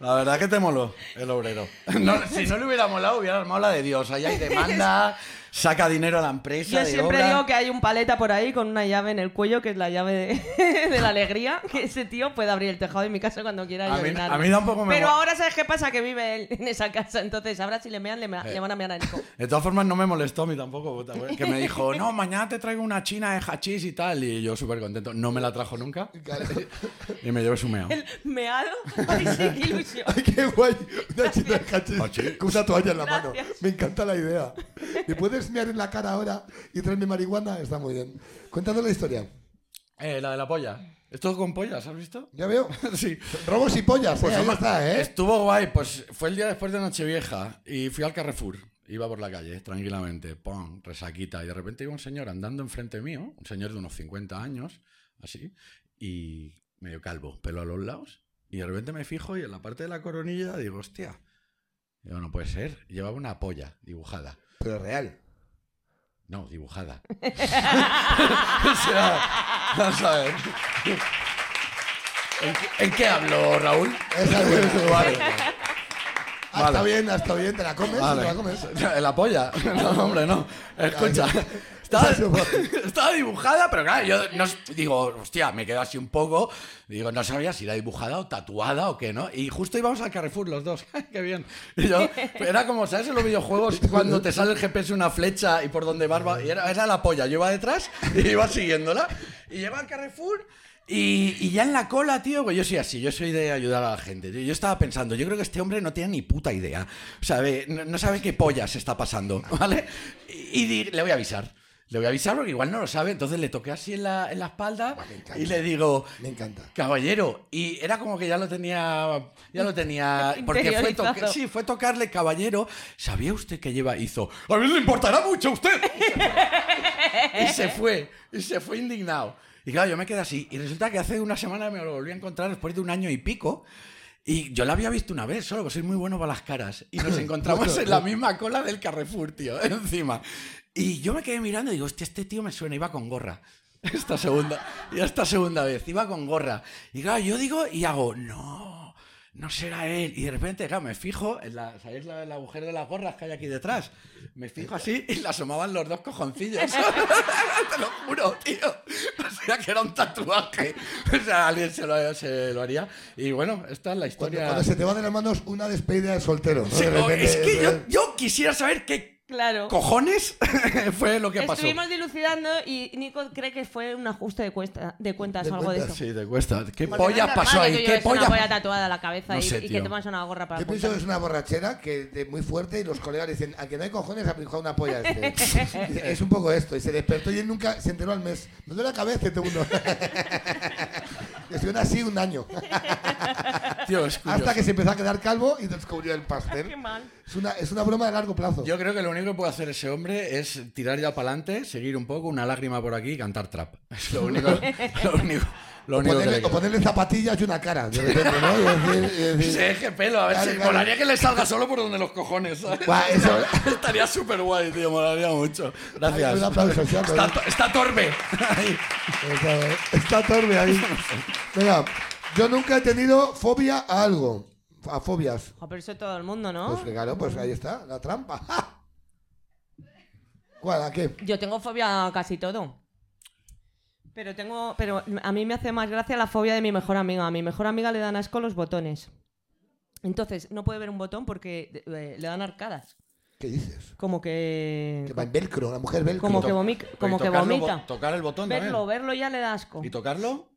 La verdad que te moló el obrero. [LAUGHS] No, si no le hubiera molado, hubiera armado la de Dios. Ahí hay [LAUGHS] demanda, saca dinero a la empresa. Yo de siempre obra. digo que hay un paleta por ahí con una llave en el cuello, que es la llave de, [LAUGHS] de la alegría, que ese tío puede abrir el tejado de mi casa cuando quiera. y Ah. A mí- orinar. a mí tampoco me Pero mo- ahora, ¿sabes qué pasa? Que vive él en esa casa, entonces ahora si le mean, le, Eh. mea- le van a mear [LAUGHS] a Nico. De todas formas, no me molestó a mí tampoco. puta, güey, Que me dijo, no, mañana te traigo una china de hachís y tal. Y yo súper contento. No me la trajo nunca. Y me llevé su meo. El meado, [LAUGHS] ay, sí, qué ilusión. Ay, qué guay. Una chita de cachis Cachis. con una toalla en la mano. Gracias. Me encanta la idea. ¿Me puedes mirar en la cara ahora y traerme marihuana? Está muy bien. Cuéntanos la historia. Eh, la de la polla. Esto con pollas, ¿has visto? Ya veo. [LAUGHS] sí. Robos y pollas. Pues eh, ahí hombre, está, ¿eh? Estuvo guay, pues fue el día después de Nochevieja y fui al Carrefour. Iba por la calle, tranquilamente, pon, resaquita. Y de repente iba un señor andando enfrente mío, un señor de unos 50 años, así, y medio calvo, pelo a los lados. Y de repente me fijo y en la parte de la coronilla digo, hostia. Digo, no puede ser. Llevaba una polla dibujada. Pero real. No, dibujada. o sea, vamos a ver. ¿En qué, en qué hablo, Raúl? Esa es Vale. Ah, está bien, ah, está bien. Te la comes, Vale. te la comes. La polla. No, hombre, no. Escucha. Estaba, [LAUGHS] Esa es su voz. estaba dibujada, pero claro, yo no, s- digo, hostia, me quedo así un poco. Digo, no sabía si era dibujada o tatuada o qué, ¿no? Y justo íbamos al Carrefour los dos. [LAUGHS] qué bien. Y yo, era como, ¿sabes en los videojuegos cuando te sale el GPS una flecha y por donde barba? Y era, era la polla. Yo iba detrás y iba siguiéndola. Y lleva al Carrefour. Y, y ya en la cola, tío, pues yo soy así, yo soy de ayudar a la gente. tío. Yo estaba pensando, yo creo que este hombre no tiene ni puta idea. O sea, ve, no, no sabe qué polla se está pasando, [LAUGHS] ¿vale? Y, y di- le voy a avisar. Le voy a avisar porque igual no lo sabe. Entonces le toqué así en la, en la espalda Buah, me encanta. y le digo, Me encanta. caballero. Y era como que ya lo tenía. Ya lo tenía. Porque fue, Interiorizado. toque- sí, fue tocarle, caballero. ¿Sabía usted que lleva? Hizo. A mí le importará mucho a usted. [LAUGHS] y se fue, y se fue indignado. Y claro, yo me quedé así. Y resulta que hace una semana me lo volví a encontrar después de un año y pico. Y yo la había visto una vez solo, pues soy muy bueno para las caras. Y nos encontramos en la misma cola del Carrefour, tío, [LAUGHS] encima. Y yo me quedé mirando y digo, hostia, este tío me suena, iba con gorra. [LAUGHS] Esta segunda, y esta segunda vez, iba con gorra. Y claro, yo digo y hago, no, no será él. Y de repente, claro, me fijo, en la, ¿sabéis la- el agujero de las gorras que hay aquí detrás? Me fijo así y le asomaban los dos [LAUGHS] cojoncillos. [LAUGHS] Te lo juro, tío. O sea, que era un tatuaje. O sea, alguien se lo, se lo haría. Y bueno, esta es la Cuando, historia. cuando se te van de las manos una despedida de soltero. ¿no? Sí, De o- repente- es que yo, yo quisiera saber qué Claro. cojones [LAUGHS] fue lo que pasó. Estuvimos dilucidando y Nico cree que fue un ajuste de, cuesta- de cuentas De o algo de cuentas, eso. Sí, te cuesta. ¿Qué Porque no es polla normal pasó que ahí? tú ¿Qué lleves una polla? polla tatuada a la cabeza No y, sé, y que tío. te pones una gorra para Yo pienso que apuntar. es una borrachera que de muy fuerte y los colegas dicen, a que no hay cojones ha pijado una polla [LAUGHS] este. [LAUGHS] es un poco esto. Y se despertó y él nunca se enteró al mes. Me duele la cabeza este mundo. [LAUGHS] Estuvieron así un [LAUGHS] año. Tío, es curioso. Hasta que se empezó a quedar calvo y descubrió el pastel. Qué mal. Es una, es una broma de largo plazo. Yo creo que lo único que puede hacer ese hombre es tirar ya para adelante, seguir un poco, una lágrima por aquí y cantar trap. Es lo único, lo único, lo o, único que ponerle, le o queda. ponerle zapatillas y una cara. [LAUGHS] De repente, ¿no? Y decir- y decir, Sí, es que pelo, a ver Claro, si claro. molaría que le salga solo por donde los cojones. ¿sabes? Guau, eso- [LAUGHS] Estaría súper guay, tío, molaría mucho. Ay, Gracias. un aplauso, sí, Está, to- está torbe. Ahí. Está- Está [LAUGHS] torbe ahí. Venga, yo nunca he tenido fobia a algo. A fobias. Ojo, pero eso todo el mundo, ¿no? Pues claro, pues ahí está, la trampa. ¡Ja! ¿Cuál? ¿A qué? Yo tengo fobia a casi todo. Pero tengo, pero a mí me hace más gracia la fobia de mi mejor amiga. A mi mejor amiga le dan asco los botones. Entonces, no puede ver un botón porque eh, le dan arcadas. ¿Qué dices? Como que Que va en velcro, la mujer velcro. Como que vomica, como Y que tocarlo, vomita. bo- Tocar el botón verlo, también. verlo ya le da asco. Y tocarlo.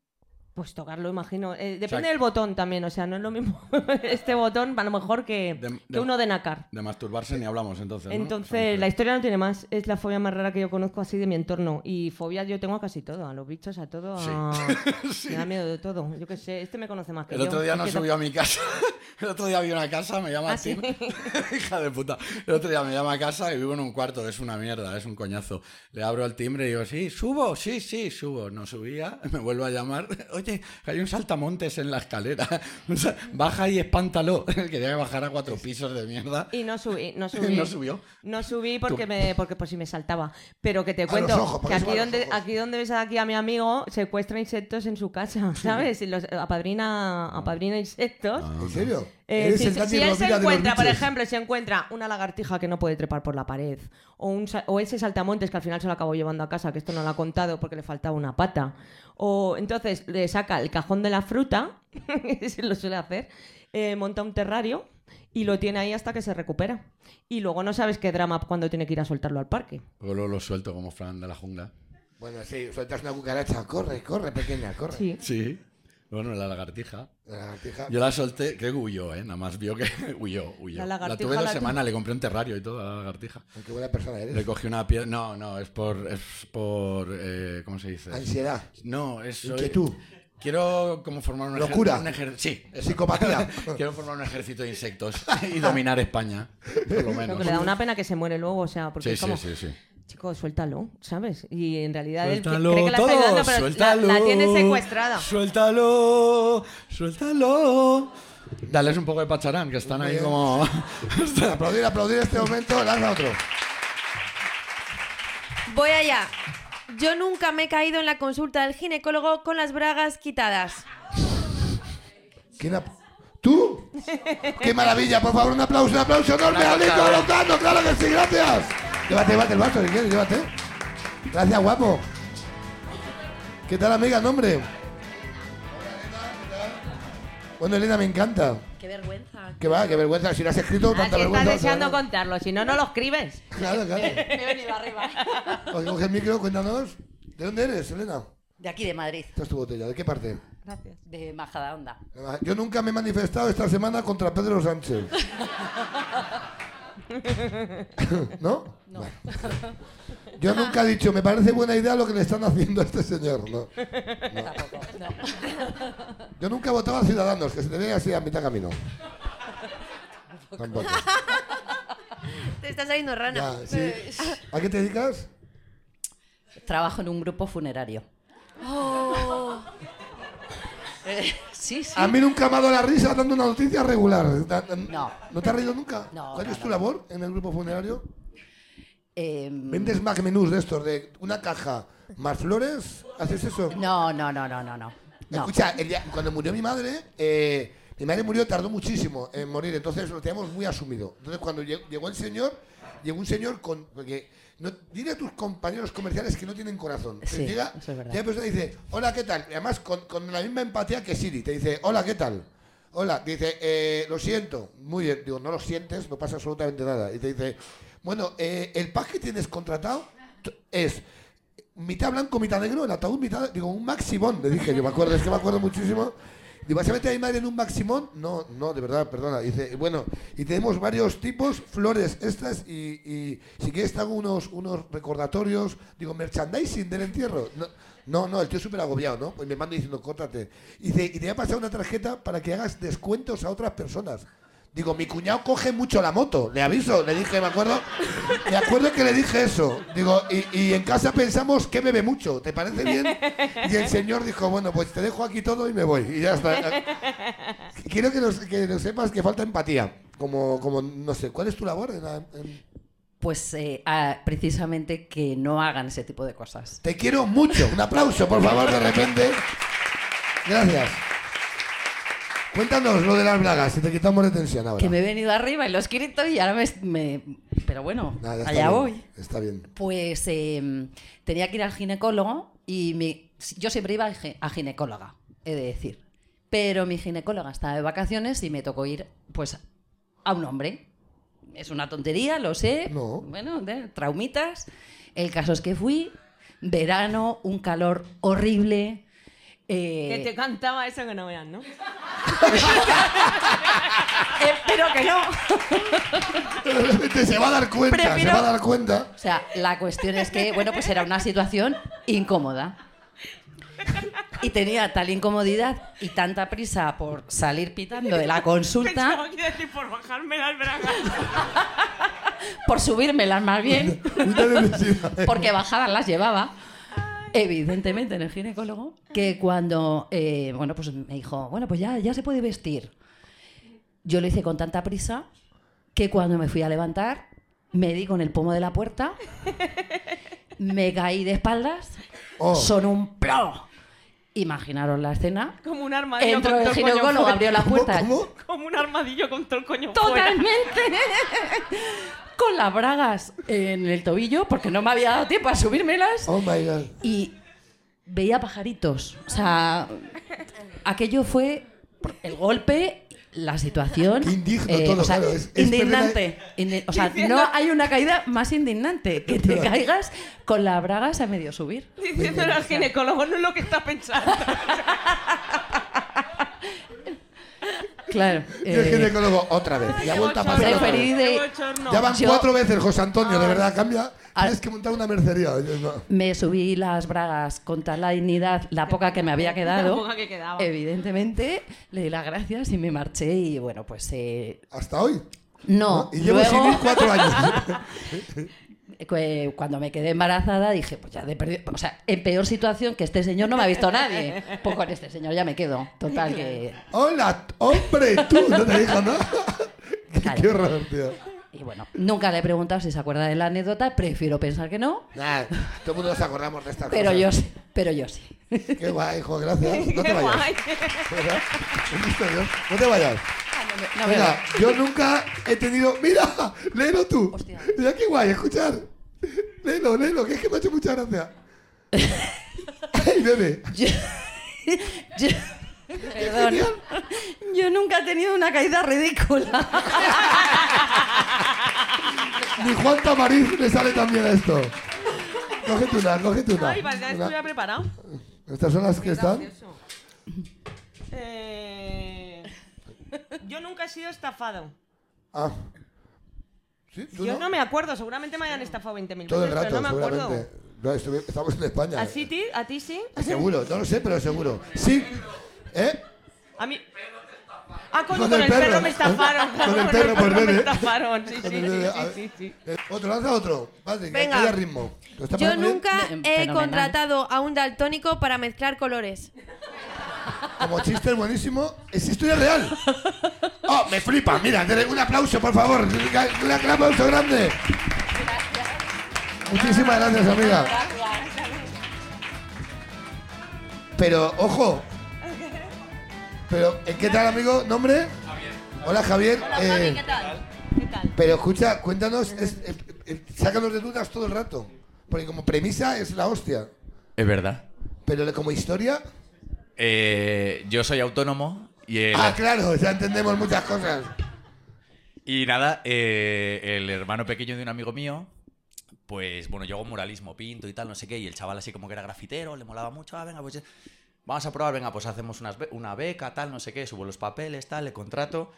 Pues tocarlo, imagino. Eh, depende que- del botón también, o sea, no es lo mismo [LAUGHS] este botón, a lo mejor que, De- de- que uno de Nacar. De masturbarse ni hablamos entonces. ¿no? Entonces, la historia no tiene más. Es la fobia más rara que yo conozco así de mi entorno. Y fobia yo tengo a casi todo, a los bichos, a todo. a- [LAUGHS] Me da miedo de todo. Yo qué sé, este me conoce más que El yo. otro día Es no que subió a mi casa. [LAUGHS] El otro día vi una casa, me llama [LAUGHS] Ah, ¿sí? Tim. [LAUGHS] Hija de puta. El otro día me llama a casa y vivo en un cuarto, es una mierda, es un [LAUGHS] coñazo. Le abro el timbre y digo, sí, subo, sí, sí, subo. No subía, me vuelvo a llamar. Oye, oye, hay un saltamontes en la escalera. [LAUGHS] Baja y espántalo. [LAUGHS] Quería que bajara cuatro pisos de mierda. Y no subí, no [LAUGHS] subí. No subió. No subí porque me, porque por si me saltaba. Pero que te los cuento ojos, por que eso, a aquí los donde, ojos. aquí donde ves aquí a mi amigo secuestra insectos en su casa, ¿sabes? Y los apadrina, Ah. apadrina insectos. ¿En serio? Ah, Eh, Eres si, el si- Dani si él Rovira se de los encuentra, por bichos. ejemplo, si encuentra una lagartija que no puede trepar por la pared, o, un, sa- o ese saltamontes que al final se lo acabó llevando a casa, que esto no lo ha contado porque le faltaba una pata, o entonces le saca el cajón de la fruta, [LAUGHS] se lo suele hacer, eh, monta un terrario y lo tiene ahí hasta que se recupera. Y luego no sabes qué drama cuando tiene que ir a soltarlo al parque. Luego lo, lo suelto como Fran de la jungla. Bueno, sí, sueltas una cucaracha. Corre, corre, pequeña, corre. Sí. Sí. Bueno, la lagartija. La lagartija. Yo la solté, creo que huyó, ¿eh? Nada más vio que [LAUGHS] huyó, huyó. La La, lagartija tuve la dos tu- semanas, le compré un terrario y todo a la lagartija. Qué buena persona Le eres. cogí una piedra. No, no, es por. Es por eh, ¿Cómo se dice? Ansiedad. No, es. soy- Inquietud. Quiero como formar un Locura. ejército. Sí, eso. Psicopatía. [LAUGHS] Quiero formar un ejército de insectos y dominar España, por lo Lo menos. que le da una pena que se muere luego, o sea, porque Sí, es sí, como, sí, sí. chico, suéltalo, ¿sabes? Y en realidad él Suéltalo cree que la está todo, ayudando, pero la, suéltalo, la tiene secuestrada. Suéltalo, suéltalo. Dales un poco de pacharán, que están ahí como... [LAUGHS] Aplaudir, aplaudir este momento. Lanza otro. Voy allá. Yo nunca me he caído en la consulta del ginecólogo con las bragas quitadas. ¿Quién ha- ¿Tú? ¡Qué maravilla! Por favor, un aplauso, un aplauso enorme a Nico Lozano, claro que sí, gracias. Llévate, llévate el vaso, si quieres, llévate. Gracias, guapo. ¿Qué tal, amiga? ¿Nombre? Bueno, Elena, me encanta. Qué vergüenza. Qué va, qué vergüenza. Si lo has escrito, Ah, tanta si estás vergüenza. deseando contarlo, si no, no lo escribes. Claro, [LAUGHS] claro. Me he venido arriba. Oye, Coge el micro, cuéntanos. ¿De dónde eres, Elena? De aquí, de Madrid. Esta es tu botella. ¿De qué parte? Gracias. De Majadahonda. Ah, Yo nunca me he manifestado esta semana contra Pedro Sánchez. [LAUGHS] ¿No? Bueno. [LAUGHS] Yo nunca he dicho, me parece buena idea lo que le están haciendo a este señor. No. Dạ, No. dạ. Yo nunca votaba a Ciudadanos, que se te ve así a mitad camino. Tampoco. [LAUGHS] Te está saliendo rana. Ya, sí. [LAUGHS] ¿A qué te dedicas? Trabajo en un grupo funerario. Oh. Eh, [LAUGHS] sí, sí. A mí nunca me ha dado la risa dando una noticia regular. Da- da- No. ¿No te has reído nunca? No, ¿Cuál no, es tu no. labor en el grupo funerario? Eh, ¿Vendes Mac menús de estos, de una caja más flores? ¿Haces eso? no, no, no, no, no, no. No. Escucha, el día- cuando murió mi madre, eh, mi madre murió, tardó muchísimo en morir, entonces lo teníamos muy asumido. Entonces cuando lle- llegó el señor, llegó un señor con... Porque no, dile a tus compañeros comerciales que no tienen corazón. Sí, llega, eso es verdad. llega la persona y dice, hola, ¿qué tal? Y además con, con la misma empatía que Siri, te dice, hola, ¿qué tal? Hola, dice, "Eh, lo siento. Muy bien, digo, no lo sientes, no pasa absolutamente nada. Y te dice, bueno, eh, el pack que tienes contratado t- es mitad blanco, mitad negro, el ataúd, mitad. Digo, un maximón, le dije, yo me acuerdo, es que me acuerdo muchísimo. Digo, ¿vas a meter a mi madre en un maximón? No, no, de verdad, perdona. Dice, bueno, y tenemos varios tipos, flores estas, y, y si quieres te hago unos, unos recordatorios, digo, merchandising del entierro. No, no, no, el tío es súper agobiado, ¿no? Pues me manda diciendo, córtate. Y dice, y te voy a pasar una tarjeta para que hagas descuentos a otras personas. Digo, mi cuñado coge mucho la moto, le aviso, le dije, me acuerdo, me acuerdo que le dije eso. Digo, y, y en casa pensamos que bebe mucho, ¿te parece bien? Y el señor dijo, bueno, pues te dejo aquí todo y me voy. Y ya está. Quiero que, nos- que lo sepas que falta empatía. Como, como, no sé, ¿cuál es tu labor? en la- en- Pues eh, ah, precisamente que no hagan ese tipo de cosas. Te quiero mucho. Un aplauso, por favor, de repente. Gracias. Cuéntanos lo de las blagas, si te quitamos de tensión ahora. Que me he venido arriba y lo he escrito y ahora me... me- pero bueno, Nada, está allá bien, voy. Está bien. Pues eh, tenía que ir al ginecólogo y mi- yo siempre iba a gi- a ginecóloga, he de decir. Pero mi ginecóloga estaba de vacaciones y me tocó ir pues a un hombre. Es una tontería, lo sé. No. [LAUGHS] Bueno, de- traumitas. El caso es que fui, verano, un calor horrible. eh, Que te cantaba eso que no vean, ¿no? [LAUGHS] Espero que no. De repente se va a dar cuenta, se Prefiero- va a dar cuenta. O sea, la cuestión es que, bueno, pues era una situación incómoda. Y tenía tal incomodidad y tanta prisa por salir pitando de la [LAUGHS] consulta, por bajarme [LAUGHS] las bragas. por subírmelas más bien, Una necesidad. porque bajadas las llevaba, evidentemente en el ginecólogo, que cuando, eh, bueno, pues me dijo, bueno, pues ya, ya se puede vestir. Yo lo hice con tanta prisa que cuando me fui a levantar, me di con el pomo de la puerta, me caí de espaldas, Oh. son un plomo. Imaginaros la escena. Como un armadillo Entró con el todo coño ginecólogo, fuera. abrió la ¿Cómo? puerta. ¿Cómo? Como un armadillo con todo el coño fuera. Totalmente. Con las bragas en el tobillo, porque no me había dado tiempo a subírmelas. Oh my god. Y veía pajaritos. O sea, aquello fue el golpe, la situación. Qué indigno todo, o sea, claro, es- es indignante. Indi- o sea, no hay una caída más indignante que te caigas con las bragas a medio subir. [LAUGHS] Diciéndole al ginecólogo no es lo que [LAUGHS] está pensando. Claro. Yo es eh, ginecólogo otra vez. Y ha vuelto a pasar. otra Preferí vez. de- Qué bochorno. Ya van yo- Ah. cuatro veces, José Antonio, de verdad, cambia. Al- Tienes que montar una mercería. Yo no. me subí las bragas con tal la dignidad, la poca que me había quedado. [LAUGHS] La poca que quedaba. Evidentemente, le di las gracias y me marché. Y bueno, pues eh, Hasta hoy. no. Y llevo sin ir Luego, [LAUGHS] cuatro años. eh, cuando me quedé embarazada, dije, pues ya de perdido. O sea, en peor situación que este señor no me ha visto [LAUGHS] nadie. Pues con este señor ya me quedo. Total, que. Hola, hombre, tú. No te [LAUGHS] dijo, ¿no? Claro. [LAUGHS] Qué horror, tío. Y bueno, nunca le he preguntado si se acuerda de la anécdota. Prefiero pensar que no, Nah, todo el mundo nos acordamos de estas pero cosas. yo sí. Pero yo sí. Qué guay, hijo, [LAUGHS] gracias. No te Qué vayas. [LAUGHS] guay. ¿Verdad? Un gusto, Dios. No te vayas. No, pero- Mira, yo nunca he tenido. Mira, [LAUGHS] léelo tú. Hostia. Mira qué guay, escuchar. Léelo, léelo, que es que me ha hecho mucha [LAUGHS] gracia. Ay, bebé. Yo, perdón. Yo nunca he tenido una caída ridícula. Ni Juan Tamariz le sale también a esto. Cógete una, cógete una. Ay, vale, ya Una- estuviera preparado. Estas son las que están. Gracioso. Eh, yo nunca he sido estafado. Ah. ¿Sí? ¿Tú Yo no? no? me acuerdo, seguramente me hayan estafado 20.000 veces, Todo el pero rato, no me acuerdo. seguramente. No, estuve- estamos en España. ¿A ti, ¿A ti sí? Seguro, no lo sé, pero seguro. Sí. ¿Eh? A mí... Ah, con, Con con el el perro perro. me [LAUGHS] estafaron. Con el claro, perro, [LAUGHS] por me bebé. estafaron, sí, sí, Con el sí, bebé, sí, a ver. sí, sí. Eh, Otro, lanza otro. Vale, que Venga. haya ritmo. ¿Lo está ¿eh? Yo pasando bien? nunca Bien, he fenomenal. contratado a un daltónico para mezclar colores. Como chiste buenísimo, es historia real. ¡Oh, me flipa! Mira, dele un aplauso, por favor. Un gran aplauso grande. Muchísimas gracias, amiga. Pero, ojo. Pero, ¿eh, ¿qué tal, amigo? ¿Nombre? Hola, Javier. Eh, ¿Qué tal? pero escucha, cuéntanos, es- eh, eh, sácanos de dudas todo el rato. Porque como premisa es la hostia. Es verdad. Pero le- como historia... Eh, yo soy autónomo y eh, el, Ah, claro, ya entendemos muchas cosas. y nada, eh, el hermano pequeño de un amigo mío, pues bueno, yo hago muralismo, pinto y tal, no sé qué, y el chaval así como que era grafitero, le molaba mucho, ah, venga, pues eh, vamos a probar, venga, pues hacemos unas be- una beca, tal, no sé qué, subo los papeles, tal, le contrato.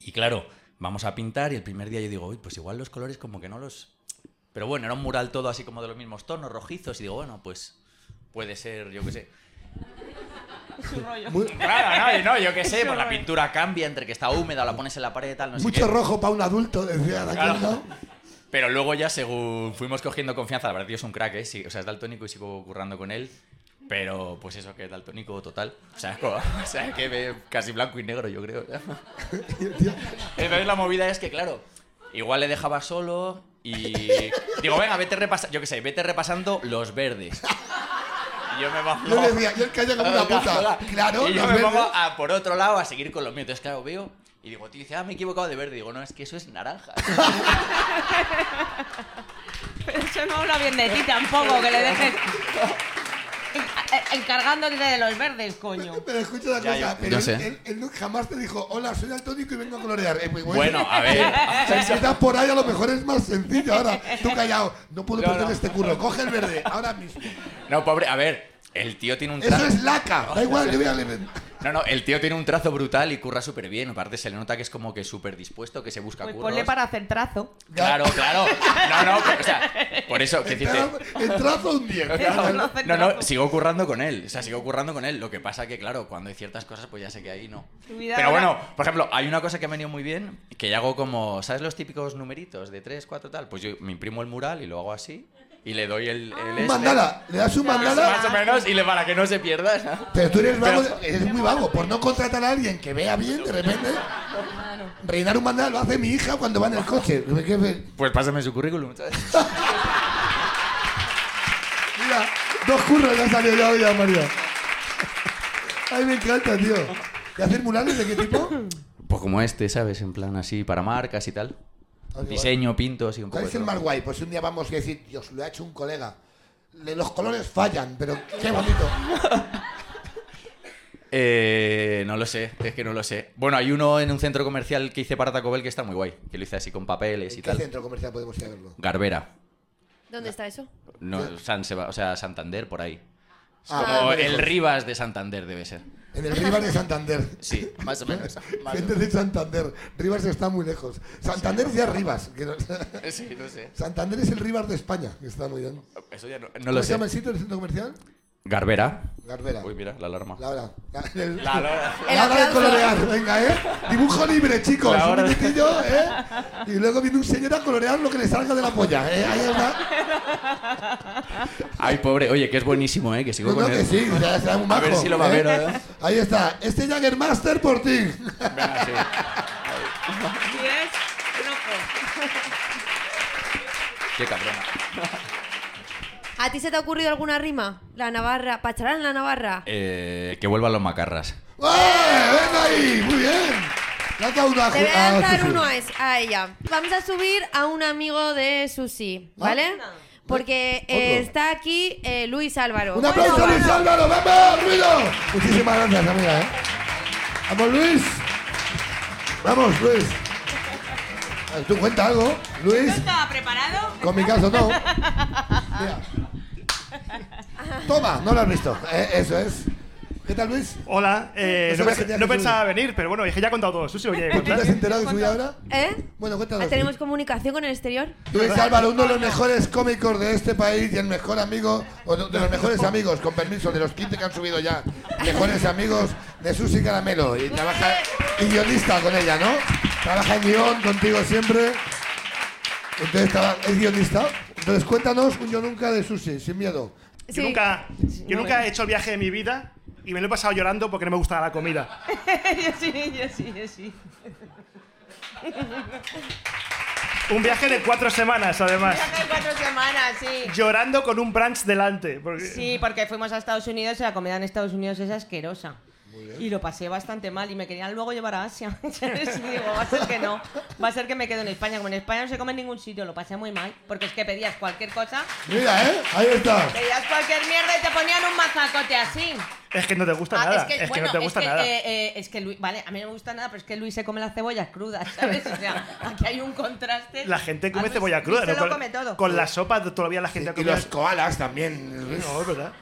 Y claro, vamos a pintar y el primer día yo digo, uy, pues igual los colores como que no los... Pero bueno, era un mural todo así como de los mismos tonos, rojizos, y digo, bueno, pues puede ser, yo qué sé. Su rollo. Muy- Claro, no, no, yo qué sé, Qué pues la guay. pintura cambia entre que está húmeda, la pones en la pared, tal, no sé Mucho qué. rojo para un adulto, decía la Claro. cosa. Pero luego ya según fuimos cogiendo confianza, la verdad tío es un crack, ¿eh? Sí, o sea, es daltónico y sigo currando con él. Pero pues eso, que es daltónico total. O sea, es como- [LAUGHS] o sea, que ve casi blanco y negro, yo [LAUGHS] creo. Entonces la movida es que, claro, igual le dejaba solo y... Digo, venga, vete repasando, yo qué sé, vete repasando los verdes. Y yo me bajo... Yo decía, yo el callo [LAUGHS] como una puta. Claro, Y yo los me verdes. pongo a, por otro lado a seguir con los míos. Entonces, claro, veo y digo, tío, dice, ah, me he equivocado de verde. Digo, no, es que eso es naranja. Pero eso no habla bien de ti tampoco, que le dejes... Encargándote de los verdes, coño. Pero escucha una Ya, cosa, yo- pero yo él, sé. Pues él- él no- jamás te dijo, hola, soy daltónico y vengo a colorear. Eh, pues, bueno, a ver. O sea, [LAUGHS] si estás por ahí, a lo mejor es más sencillo ahora. Tú callado, no puedo No, perder no. este curro. Coge el verde, ahora mismo. No, pobre, a ver, el tío tiene un Eso trazo. es laca. Da igual, yo voy a leer. No, no, el tío tiene un trazo brutal y curra súper bien. Aparte, se le nota que es como que súper dispuesto, que se busca Pues curros. ponle para hacer trazo. Claro, claro. No, no, pero, o sea, por eso, que dice. El [LAUGHS] trazo un [LAUGHS] 10. No, hacer no, trazo. sigo currando con él. O sea, sigo currando con él. Lo que pasa que, claro, cuando hay ciertas cosas, pues ya sé que ahí no. Tu vida Pero ahora- bueno, por ejemplo, hay una cosa que me ha venido muy bien, que ya hago como, ¿sabes los típicos numeritos de 3, 4, tal? Pues yo me imprimo el mural y lo hago así. y le doy el, Ah. el Un este, mandala, le das un Más o mandala, menos, y le, para que no se pierda. ¿no? pero tú eres vago, eres muy vago. Por no contratar a alguien que vea bien, de repente, reinar un mandala lo hace mi hija cuando va en el coche. ¿Qué fe- Pues pásame su currículum. ¿sabes? Mira, dos curros ya salió ya hoy, ya, Mario. Ay, me encanta, tío. ¿Y hacer murales de qué tipo? Pues como este, ¿sabes? En plan así, para marcas y tal. Ah, Diseño, pinto, así un poco. ¿Cuál de es el todo. más guay? Pues un día vamos a decir, Dios, lo ha hecho un colega. Le- Los colores fallan, pero qué bonito. Eh, no lo sé, es que no lo sé. Bueno, hay uno en un centro comercial que hice para Taco Bell que está muy guay. Que lo hice así con papeles y ¿En qué tal. centro comercial podemos ir a verlo? Garbera. ¿Dónde está eso? No, San Seba- o sea, Santander, por ahí. Es Ah, como muy el lejos. Rivas de Santander debe ser. En el Rivas de Santander. Sí, más o [LAUGHS] menos. más o Gente de Santander. Rivas está muy lejos. Santander ya es Rivas. que no- menos. [LAUGHS] Sí, no sé. Santander es el Rivas de España, que está muy bien. Eso ya no, no ¿Cómo lo se sé. llama el sitio del centro comercial? Garbera. Garbera. Uy, mira, la alarma. La hora. La, el- La hora. El la hora de aplauso. colorear, venga, ¿eh? Dibujo libre, chicos. La Un hora de- minutillo, ¿eh? Y luego viene un señor a colorear lo que le salga de la polla, ¿eh? Ahí está. Ay, pobre. Oye, que es buenísimo, ¿eh? Que sigo No, no, con que él. sí, o sea, está muy A ver majo, si lo va a ver, ¿eh? ¿verdad? Ahí está. Este Jagger Master por ti. Venga, sí. Qué cabrona. ¿A ti se te ha ocurrido alguna rima? La Navarra, Pacharán la Navarra. Eh, que vuelvan los macarras. ¡Eh! ¡Ven ahí! Muy bien. Le ha dado una Te voy ju- a ah, lanzar sí, sí. uno a, es- a ella. Vamos a subir a un amigo de Susi, ¿vale? Porque eh, Ah. Otro. está aquí eh, Luis Álvaro. Un aplauso a Bueno, Luis Álvaro, vamos, ruido. Muchísimas gracias, amiga, ¿eh? Vamos, Luis. Vamos, Luis. A ver, Tú cuenta algo, Luis. ¿Está preparado? [LAUGHS] Con mi caso no. Mira. Toma, no lo has visto. Eh, eso es. ¿Qué tal, Luis? Hola, eh, No no, sabes pens- que te no haces pensaba venir, pero bueno, dije ya he contado todo. Susi, oye, ¿Tú te has enterado de su vida ahora? ¿Eh? Bueno, cuéntanos. ¿Tenemos comunicación con el exterior? Luis Álvaro, uno de los mejores cómicos de este país y el mejor amigo, o de los mejores amigos, con permiso, de los 15 que han subido ya, mejores amigos de Susi Caramelo. Y trabaja y guionista con ella, ¿no? Trabaja en guión contigo siempre. Entonces, traba- es guionista. Entonces, cuéntanos un yo nunca de Susi, sin miedo. yo Sí. nunca, yo nunca he hecho el viaje de mi vida y me lo he pasado llorando porque no me gustaba la comida. yo sí, yo sí, yo sí. Un viaje de cuatro semanas, además. Hace cuatro semanas, sí. Llorando con un brunch delante. Porque... Sí, porque fuimos a Estados Unidos y la comida en Estados Unidos es asquerosa. Y lo pasé bastante mal y me querían luego llevar a Asia. [LAUGHS] ¿sabes? Y digo, va a ser que no. Va a ser que me quedo en España. Como en España no se come en ningún sitio, lo pasé muy mal. Porque es que pedías cualquier cosa, Mira, ¿eh? Ahí está. pedías cualquier mierda y te ponían un mazacote así. Es que no te gusta Ah, nada. es que, bueno, no te es gusta que, nada. eh, eh, es que Luis, vale, a mí no me gusta nada, pero es que Luis se come las cebollas crudas, ¿sabes? O sea, aquí hay un contraste. La gente A come Luis- cebolla cruda, Luis ¿no? se lo come todo. Con la sopa todavía la gente Y come. los koalas también. Luis. No, es verdad.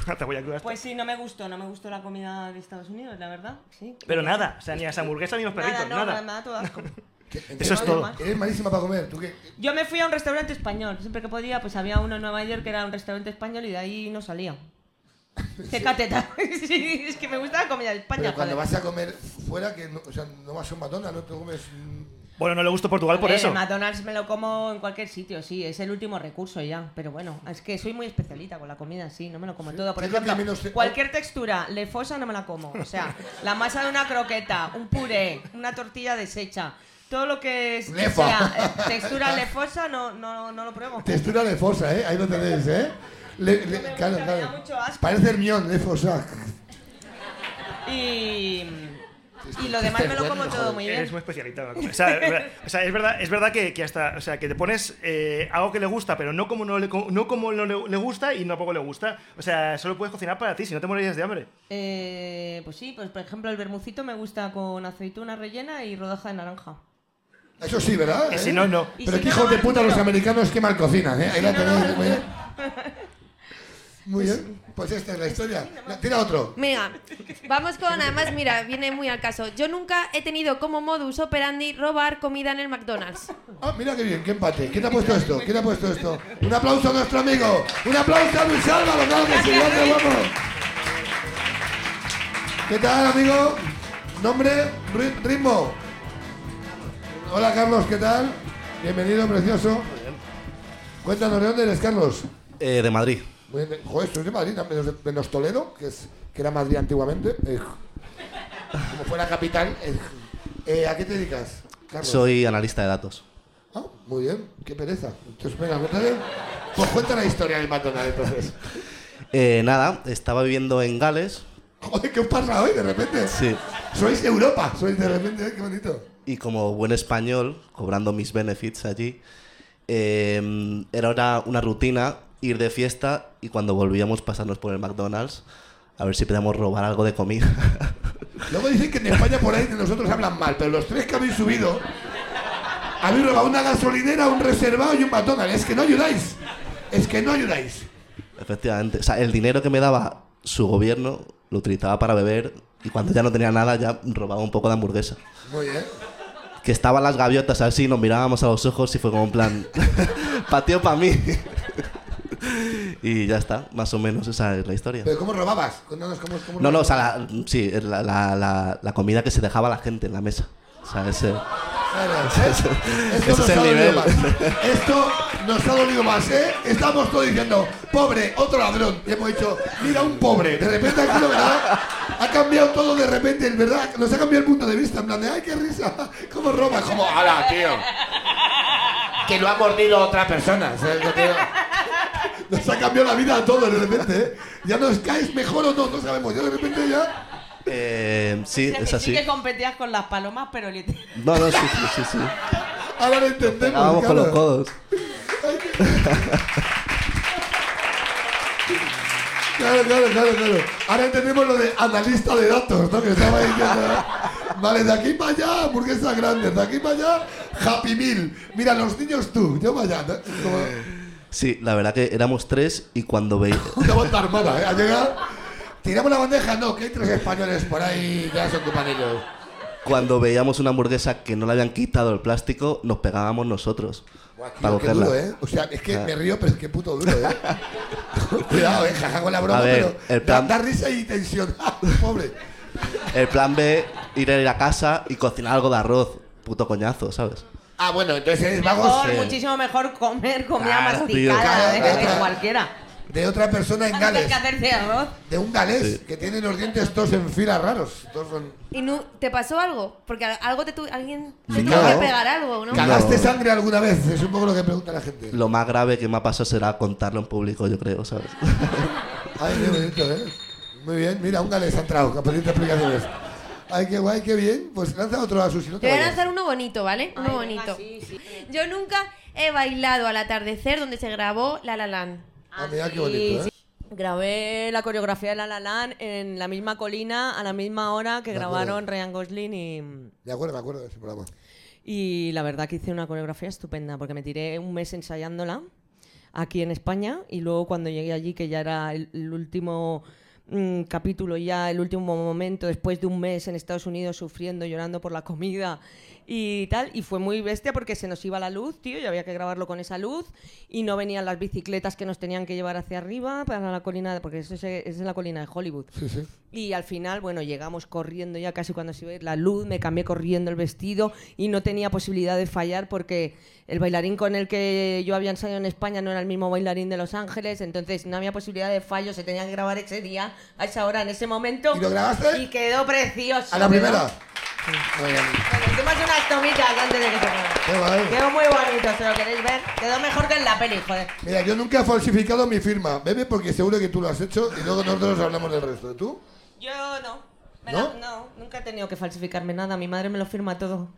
[LAUGHS] La cebolla cruda. está- Pues sí, no me gustó, no me gustó la comida de Estados Unidos, la verdad. Sí. Pero nada, o sea, ni las hamburguesas ni los perritos, nada, no, nada. me da todo asco. Eso es todo. Eres malísima para comer. Eh, ¿Tú qué? [LAUGHS] Yo me fui a un restaurante español, siempre que podía, pues había uno en Nueva York que era un restaurante español y de ahí no [LAUGHS] salía. Qué cateta. [LAUGHS] sí, es que me gusta la comida de España. Pero cuando joder. vas a comer fuera, que no, o sea, no vas a un matona, no te comes. mm, Bueno, no le gusta Portugal por Eh, eso. McDonald's me lo como en cualquier sitio, sí, es el último recurso ya. Pero bueno, es que soy muy especialita con la comida, sí, no me lo como todo. Por Es lo que ejemplo, menos te- cualquier textura lefosa no me la como. [LAUGHS] O sea, la masa de una croqueta, un puré, una tortilla deshecha, todo lo que es, que Lefa. sea eh, textura lefosa no, no, no lo pruebo. Textura de fosa, ¿eh? Ahí lo tenéis, ¿eh? Le- le- claro, me da claro. mucho asco. Parece Hermión de fosa. Y, y lo demás me lo como todo muy Eres bien. muy especialista. en la comida. O sea, es verdad- o sea, es verdad, es verdad que, que hasta, o sea, que te pones eh, algo que le gusta, pero no como no le, no como no le, le gusta y no poco le gusta. O sea, solo puedes cocinar para ti, si no te morirías de hambre. Eh, pues sí, pues por ejemplo el bermucito me gusta con aceituna rellena y rodaja de naranja. Eso sí, ¿verdad? Que ¿Eh? si no, no. Y Pero si qué no, hijos no, de no, puta los no. americanos que mal cocinan, ¿eh? Ahí la no, no, tenéis, no. muy bien. Muy bien. Pues esta es la historia. La- Tira otro. Mira, vamos con, además, mira, viene muy al caso. Yo nunca he tenido como modus operandi robar comida en el McDonald's. Ah, mira qué bien, qué empate. ¿Quién ha puesto esto? ¿Quién ha puesto esto? Un aplauso a nuestro amigo. Un aplauso a Luis Álvaro, claro que sí, grande, guapo. ¿Qué tal, amigo? Nombre, Ri- ritmo. Hola, Carlos, ¿qué tal? Bienvenido, precioso. Cuéntanos, ¿de dónde eres, Carlos? [LAUGHS] Eh, de Madrid. Muy bien, Joder, soy de Madrid, menos, de- menos Toledo, que, es, que era Madrid antiguamente. eh, como fue la capital. eh, eh, ¿A qué te dedicas, Carlos? Soy analista de datos. Ah, muy bien, qué pereza. Entonces, venga, cuéntale. Pues cuenta la historia del McDonald's, entonces. Eh, nada, estaba viviendo en Gales. Joder, ¿qué os pasa hoy de repente? Sí. Sois Europa, sois de repente, eh, qué bonito. Y como buen español, cobrando mis benefits allí, eh, era una, una rutina ir de fiesta y cuando volvíamos pasarnos por el McDonald's a ver si podíamos robar algo de comida. [LAUGHS] Luego dicen que en España por ahí de nosotros hablan mal, pero los tres que habéis subido, habéis robado una gasolinera, un reservado y un McDonald's. Es que no ayudáis. Es que no ayudáis. Efectivamente. O sea, el dinero que me daba su gobierno lo utilizaba para beber y cuando ya no tenía nada ya robaba un poco de hamburguesa. Muy bien. Que estaban las gaviotas así, nos mirábamos a los ojos y fue como en plan, [LAUGHS] patio para mí. [LAUGHS] y ya está, más o menos esa es la historia. Pero ¿cómo robabas? Cuéntanos cómo, cómo No, no, o sea, la- sí, la, la- la- la comida que se dejaba a la gente en la mesa. O sea, ese... [LAUGHS] Claro, ¿eh? Ese Esto nos es el ha dolido nivel. más. Esto nos ha dolido más, ¿eh? Estamos todos diciendo, pobre, otro ladrón. Y hemos dicho, mira, un pobre. De repente aquí, ¿no, ¿verdad? Ha cambiado todo de repente, es ¿verdad? Nos ha cambiado el punto de vista. En plan de, ay, qué risa. [LAUGHS] ¿Cómo roba? Como, ala, tío. Que lo ha mordido otra persona. ¿sabes lo que [LAUGHS] digo? Nos ha cambiado la vida a todos de repente, ¿eh? Ya nos caes mejor o no, no sabemos. Yo de repente ya... Eh, sí, es Sí así. que competías con las palomas, pero literal. No, no, sí, sí, sí. [LAUGHS] sí. Ahora lo Ah, entendemos. Ah, Vamos con los claro. codos. Claro, claro, claro, claro. Ahora entendemos lo de analista de datos, ¿no? Que estaba diciendo. ¿eh? Vale, de aquí para allá, hamburguesas grandes, de aquí para allá, Happy Meal. Mira, los niños tú, yo para allá, ¿no? Como Sí, la verdad que éramos tres y cuando veía... una banda armada, ¿eh? Ha llegado. Tiramos la bandeja, no, que hay tres españoles por ahí, ya se ocupan ellos. Cuando veíamos una hamburguesa que no le habían quitado el plástico, nos pegábamos nosotros para Tío, qué duro, cogerla. ¿eh? O sea, es que Ah. me río, pero es que puto duro, ¿eh? [LAUGHS] Cuidado, ¿eh? Jaja con la broma, A ver, pero el plan- da, da risa y tensión. [LAUGHS] Pobre. El plan B, ir a ir a casa y cocinar algo de arroz. Puto coñazo, ¿sabes? Ah, bueno, entonces vagos... Mejor, muchísimo mejor comer comida Claro, masticada tío. ¿eh? Claro. que cualquiera. de otra persona en Antes Gales. que hacerse arroz. De un galés que tiene los dientes todos en fila raros. Todos son- ¿Y no, te pasó algo? Porque a- algo te tu- alguien te No. tuvo que pegar algo, ¿no? ¿Cagaste No. sangre alguna vez? Es un poco lo que pregunta la gente. Lo más grave que me ha pasado será contarlo en público, yo creo, [LAUGHS] ¿sabes? Ay, qué bonito, ¿eh? Muy bien, mira, un galés ha entrado, a pedirte explicaciones. Ay, qué guay, qué bien. Pues lanza otro a Susi, no Te te voy a vayas. lanzar uno bonito, ¿vale? Uno venga, bonito. sí, sí. Yo nunca he bailado al atardecer donde se grabó La La Land. Ah, mira, qué bonito, ¿eh? Sí, sí. Grabé la coreografía de La La Land en la misma colina a la misma hora que De acuerdo. grabaron Ryan Gosling y... De acuerdo, me acuerdo de ese programa. Y la verdad que hice una coreografía estupenda, porque me tiré un mes ensayándola aquí en España y luego cuando llegué allí, que ya era el, el último mm, capítulo, ya el último momento, después de un mes en Estados Unidos sufriendo, llorando por la comida y tal, y fue muy bestia porque se nos iba la luz, tío, y había que grabarlo con esa luz y no venían las bicicletas que nos tenían que llevar hacia arriba para la colina, de- porque eso es, es la colina de Hollywood. Sí, sí. Y al final, bueno, llegamos corriendo ya casi cuando se ve la luz, me cambié corriendo el vestido y no tenía posibilidad de fallar porque el bailarín con el que yo había ensayado en España no era el mismo bailarín de Los Ángeles, entonces no había posibilidad de fallo, se tenía que grabar ese día, a esa hora, en ese momento. ¿Y lo grabaste? Y quedó precioso. A la quedó- primera. Muy bien. Bueno, hicimos unas tomitas antes de que se muera. Qué guay. Quedó muy bonito, si lo queréis ver. Quedó mejor que en la peli, joder. Mira, yo nunca he falsificado mi firma. Bebe, porque seguro que tú lo has hecho y luego nosotros hablamos del resto. ¿Tú? Yo no. Me ¿No? la- no, nunca he tenido que falsificarme nada. Mi madre me lo firma [LAUGHS] todo.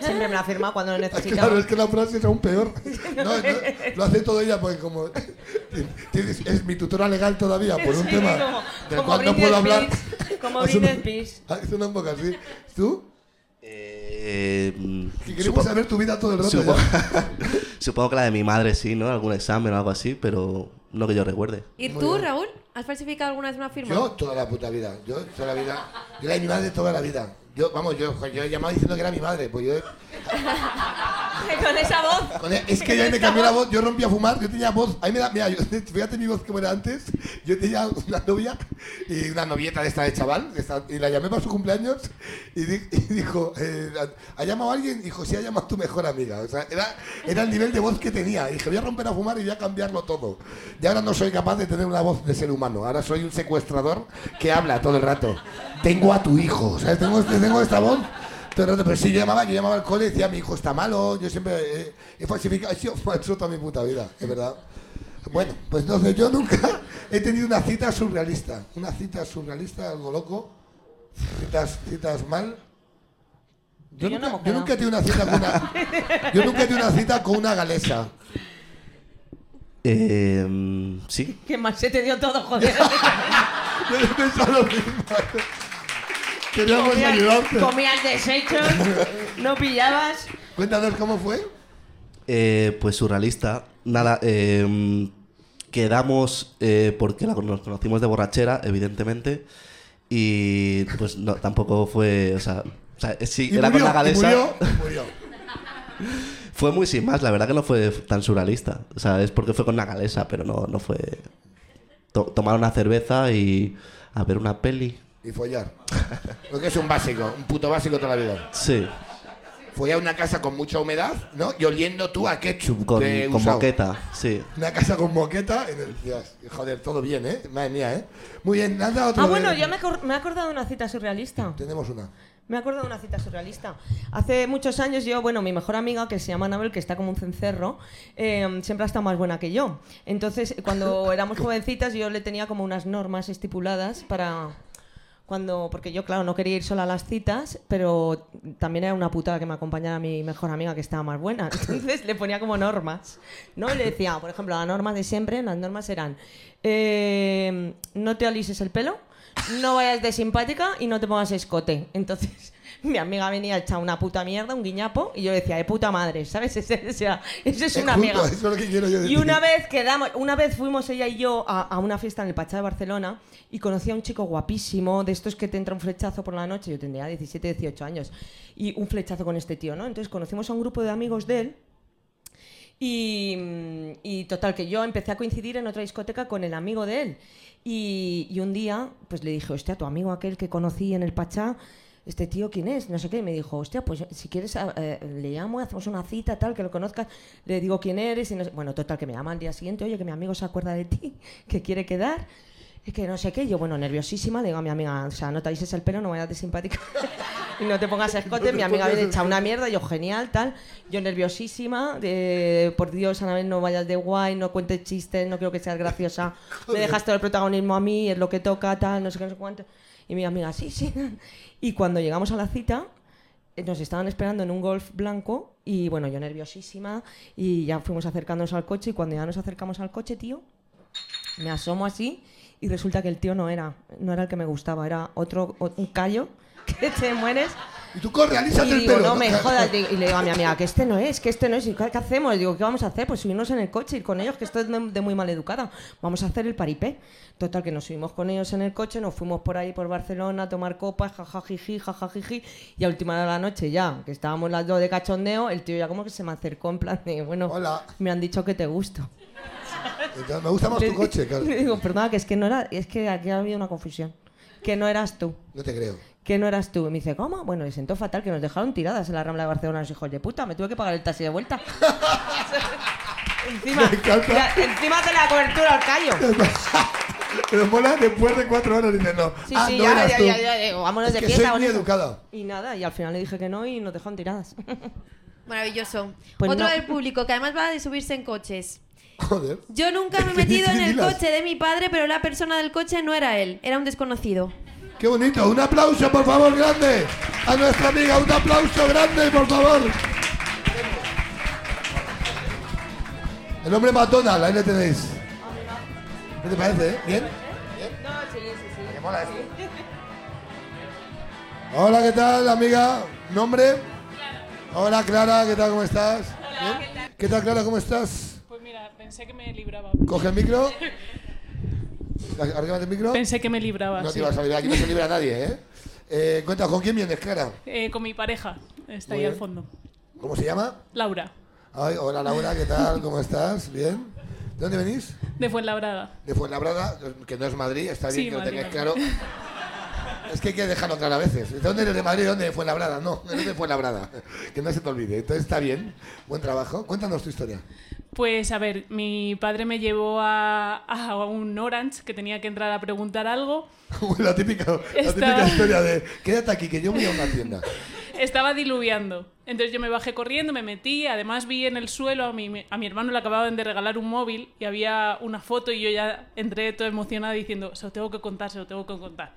Siempre me la firma cuando lo necesitaba. Claro, es que la frase es aún peor. [LAUGHS] [LAUGHS] No, no, lo hace todo ella porque como tienes- es mi tutora legal todavía por un Sí, tema como- del como cual no Britney puedo hablar. Spears, como Es una- Britney Spears. Es una boca así. ¿Tú? Eh, mm, Que queremos supo- saber tu vida todo pues, el rato. supo- ya. [LAUGHS] Supongo que la de mi madre sí, ¿no? Algún examen o algo así, pero no que yo recuerde. ¿Y Muy tú, bien. Raúl? ¿Has falsificado alguna vez una firma? Yo toda la puta vida. Yo toda la vida. Yo era mi madre toda la vida. Yo, vamos, yo, yo he llamado diciendo que era mi madre. Pues yo. Con esa voz. Con e- Es que ya me cambió la voz, yo rompí a fumar, yo tenía voz, ahí me da, mira, yo- [LAUGHS] fíjate mi voz como era antes, yo tenía una novia, y una novieta de esta de chaval, de esta- y la llamé para su cumpleaños, y, di- y dijo, eh, ¿ha llamado alguien? Dijo, sí, ha llamado tu mejor amiga, o sea, era, era el nivel de voz que tenía, y dije, voy a romper a fumar y voy a cambiarlo todo, y ahora no soy capaz de tener una voz de ser humano, ahora soy un secuestrador que habla todo el rato, tengo a tu hijo, ¿sabes? Tengo, este- tengo esta voz... Todo el rato, pero si yo llamaba, yo llamaba al cole y decía, mi hijo está malo, yo siempre eh, he falsificado, he sido falso toda mi puta vida, es verdad. Bueno, pues entonces yo nunca [LAUGHS] he tenido una cita surrealista, una cita surrealista, algo loco, citas, citas mal. Yo, Yo no nunca, yo hemos quedado. nunca he tenido una cita con una, yo nunca he tenido una cita con una galesa. Eh, sí. Que más se te dio todo, joder. [LAUGHS] Yo he pensado lo mismo. Queríamos ayudarte. comías desechos, no pillabas. Cuéntanos cómo fue. Eh, pues surrealista. Nada, eh, quedamos eh, porque la- nos conocimos de borrachera, evidentemente. Y pues no, tampoco fue. O sea, o sea, sí, Y era murió, con la y galesa. murió, y murió. [LAUGHS] Fue muy sin más, la verdad que no fue tan surrealista. O sea, es porque fue con la galesa, pero no, no fue. to- tomar una cerveza y a ver una peli. Y follar. Lo que es un básico, un puto básico toda la vida. Sí, Follar una casa con mucha humedad, ¿no? Y oliendo tú a ketchup. con, de con usado. moqueta, sí. Una casa con moqueta. y decías, joder, todo bien, ¿eh? Madre mía, ¿eh? Muy bien, nada otro. Ah, bueno, de- [LAUGHS] yo me, acor- me he acordado de una cita surrealista. Tenemos una. Me he acordado de una cita surrealista. Hace muchos años yo, bueno, mi mejor amiga, que se llama Anabel, que está como un cencerro, eh, siempre ha estado más buena que yo. Entonces, [LAUGHS] cuando éramos jovencitas, yo le tenía como unas normas estipuladas para... Cuando, porque yo, claro, no quería ir sola a las citas, pero también era una putada que me acompañara mi mejor amiga que estaba más buena. [LAUGHS] Entonces le ponía como normas, ¿no? Y le decía, por ejemplo, las normas de siempre, las normas eran, eh, no te alises el pelo, no vayas de simpática y no te pongas escote. Entonces, [LAUGHS] mi amiga venía echar una puta mierda, un guiñapo, y yo decía, de puta madre, ¿sabes? [LAUGHS] Ese- ese- o sea, Eso es Eh, una justo, amiga. Eso es lo que quiero yo Y decir. una vez quedamos, una vez fuimos ella y yo a, a una fiesta en el Pachá de Barcelona y conocí a un chico guapísimo, de estos que te entra un flechazo por la noche, yo tendría 17, 18 años, y un flechazo con este tío, ¿no? Entonces conocimos a un grupo de amigos de él y, mm, y total, que yo empecé a coincidir en otra discoteca con el amigo de él. Y, y un día, pues le dije, hostia, tu amigo aquel que conocí en el Pachá, este tío, ¿quién es? No sé qué. Y me dijo, hostia, pues si quieres, a- eh, le llamo, hacemos una cita, tal, que lo conozcas, le digo quién eres. Y no sé- Bueno, total, que me llama al día siguiente, oye, que mi amigo se acuerda de ti, [LAUGHS] que quiere quedar. Y que no sé qué, yo, bueno, nerviosísima, le digo a mi amiga, o sea, no te alises el pelo, no vayas de simpática [LAUGHS] y no [LAUGHS] te pongas escote. mi amiga viene hecha una mierda, yo, genial, tal. Yo, nerviosísima, de, por Dios, Anabel, no vayas de guay, no cuentes chistes, no quiero que seas graciosa. Me dejas todo el protagonismo a mí, es lo que toca, tal, no sé qué, no sé cuánto. Y mi amiga, sí, sí. Y cuando llegamos a la cita, eh, nos estaban esperando en un golf blanco y bueno, yo nerviosísima y ya fuimos acercándonos al coche y cuando ya nos acercamos al coche, tío, me asomo así y resulta que el tío no era, no era el que me gustaba, era otro, o- un callo [LAUGHS] que te mueres. Y tú corre, alízate Y el digo, pelo. [LAUGHS] no me jodas, digo- y le digo a mi amiga, que este no es, que este no es, y ¿qué, qué hacemos? Digo, ¿qué vamos a hacer? Pues subirnos en el coche, ir con ellos, que esto es de, de muy mal educada. Vamos a hacer el paripé. Total, que nos subimos con ellos en el coche, nos fuimos por ahí, por Barcelona, a tomar copas, jajajiji, jajajiji, y a última hora de la noche ya, que estábamos las dos de cachondeo, el tío ya como que se me acercó en plan de, bueno, Hola. me han dicho que te gusto. Entonces, me gusta más Le tu [LAUGHS] di- coche, claro. Le digo, perdona, que es que no era, es que aquí ha habido una confusión. Que no eras tú, No te creo. que no eras tú. Y me dice, ¿cómo? Bueno, le sentó fatal que nos dejaron tiradas en la Rambla de Barcelona los hijos de puta. Me tuve que pagar el taxi de vuelta. [LAUGHS] encima, eh. Me encanta. Ah, la- encima de la cobertura al callo. [LAUGHS] Pero mola después de cuatro horas dices, no. Sí, ah, sí, no ya, eras ya, tú. ya, ya, digo, vámonos Es de que fiesta, soy muy bonito. educada. Y nada, y al final le dije que no y nos dejaron tiradas. Maravilloso. Pues Otro no. del público que además va de subirse en coches. Joder. Yo nunca me he Qué metido en el dilas. coche de mi padre, pero la persona del coche no era él, era un desconocido. Qué bonito. Un aplauso, por favor, grande. A nuestra amiga, un aplauso grande, por favor. El hombre McDonald's, ahí le tenéis. ¿Qué te parece, eh? ¿Bien? [LAUGHS] No, sí, sí, sí. Hola, ¿qué tal, amiga? ¿Nombre? Hola, Clara, ¿qué tal? ¿Cómo estás? ¿Bien? ¿Qué tal, Clara? ¿Cómo estás? Pues mira, pensé que me libraba. Coge [LAUGHS] el micro. Arriba del micro. Pensé que me libraba, No te sí. ibas a librar, aquí no se libra nadie, ¿eh? eh cuenta, ¿con quién vienes, Clara? Eh, con mi pareja, está Muy ahí al bien. fondo. ¿Cómo se llama? Laura, Ay, hola Laura, ¿qué tal? ¿Cómo estás? ¿Bien? ¿De dónde venís? de Fuenlabrada. De Fuenlabrada, que no es Madrid, está bien Sí, que Madrid, lo tengáis claro. Madrid. Es que hay que dejarlo claro a veces. ¿De dónde eres de Madrid? ¿De dónde? De Fuenlabrada. No, eres de Fuenlabrada. Que no se te olvide. Entonces está bien. Buen trabajo. Cuéntanos tu historia. Pues a ver, mi padre me llevó a, a un Orange que tenía que entrar a preguntar algo. la típica, la típica Estaba- historia de quédate aquí que yo voy a una tienda. Estaba diluviando. Entonces yo me bajé corriendo, me metí. Además vi en el suelo a mi, a mi hermano le acababan de regalar un móvil y había una foto y yo ya entré todo emocionada diciendo, se lo tengo que contar, se lo tengo que contar.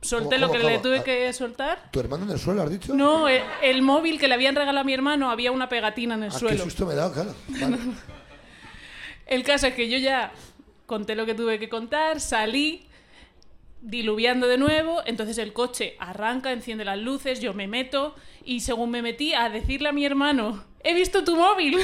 Solté ¿Cómo, lo que cómo, Ah. le cómo? tuve que soltar. ¿Tu hermano en el suelo, has dicho? No, el, el móvil que le habían regalado a mi hermano había una pegatina en el Ah, qué suelo. [LAUGHS] susto me he dado, claro. Vale. El caso es que yo ya conté lo que tuve que contar, salí diluviando de nuevo, entonces el coche arranca, enciende las luces, yo me meto y según me metí a decirle a mi hermano, he visto tu [LAUGHS] móvil,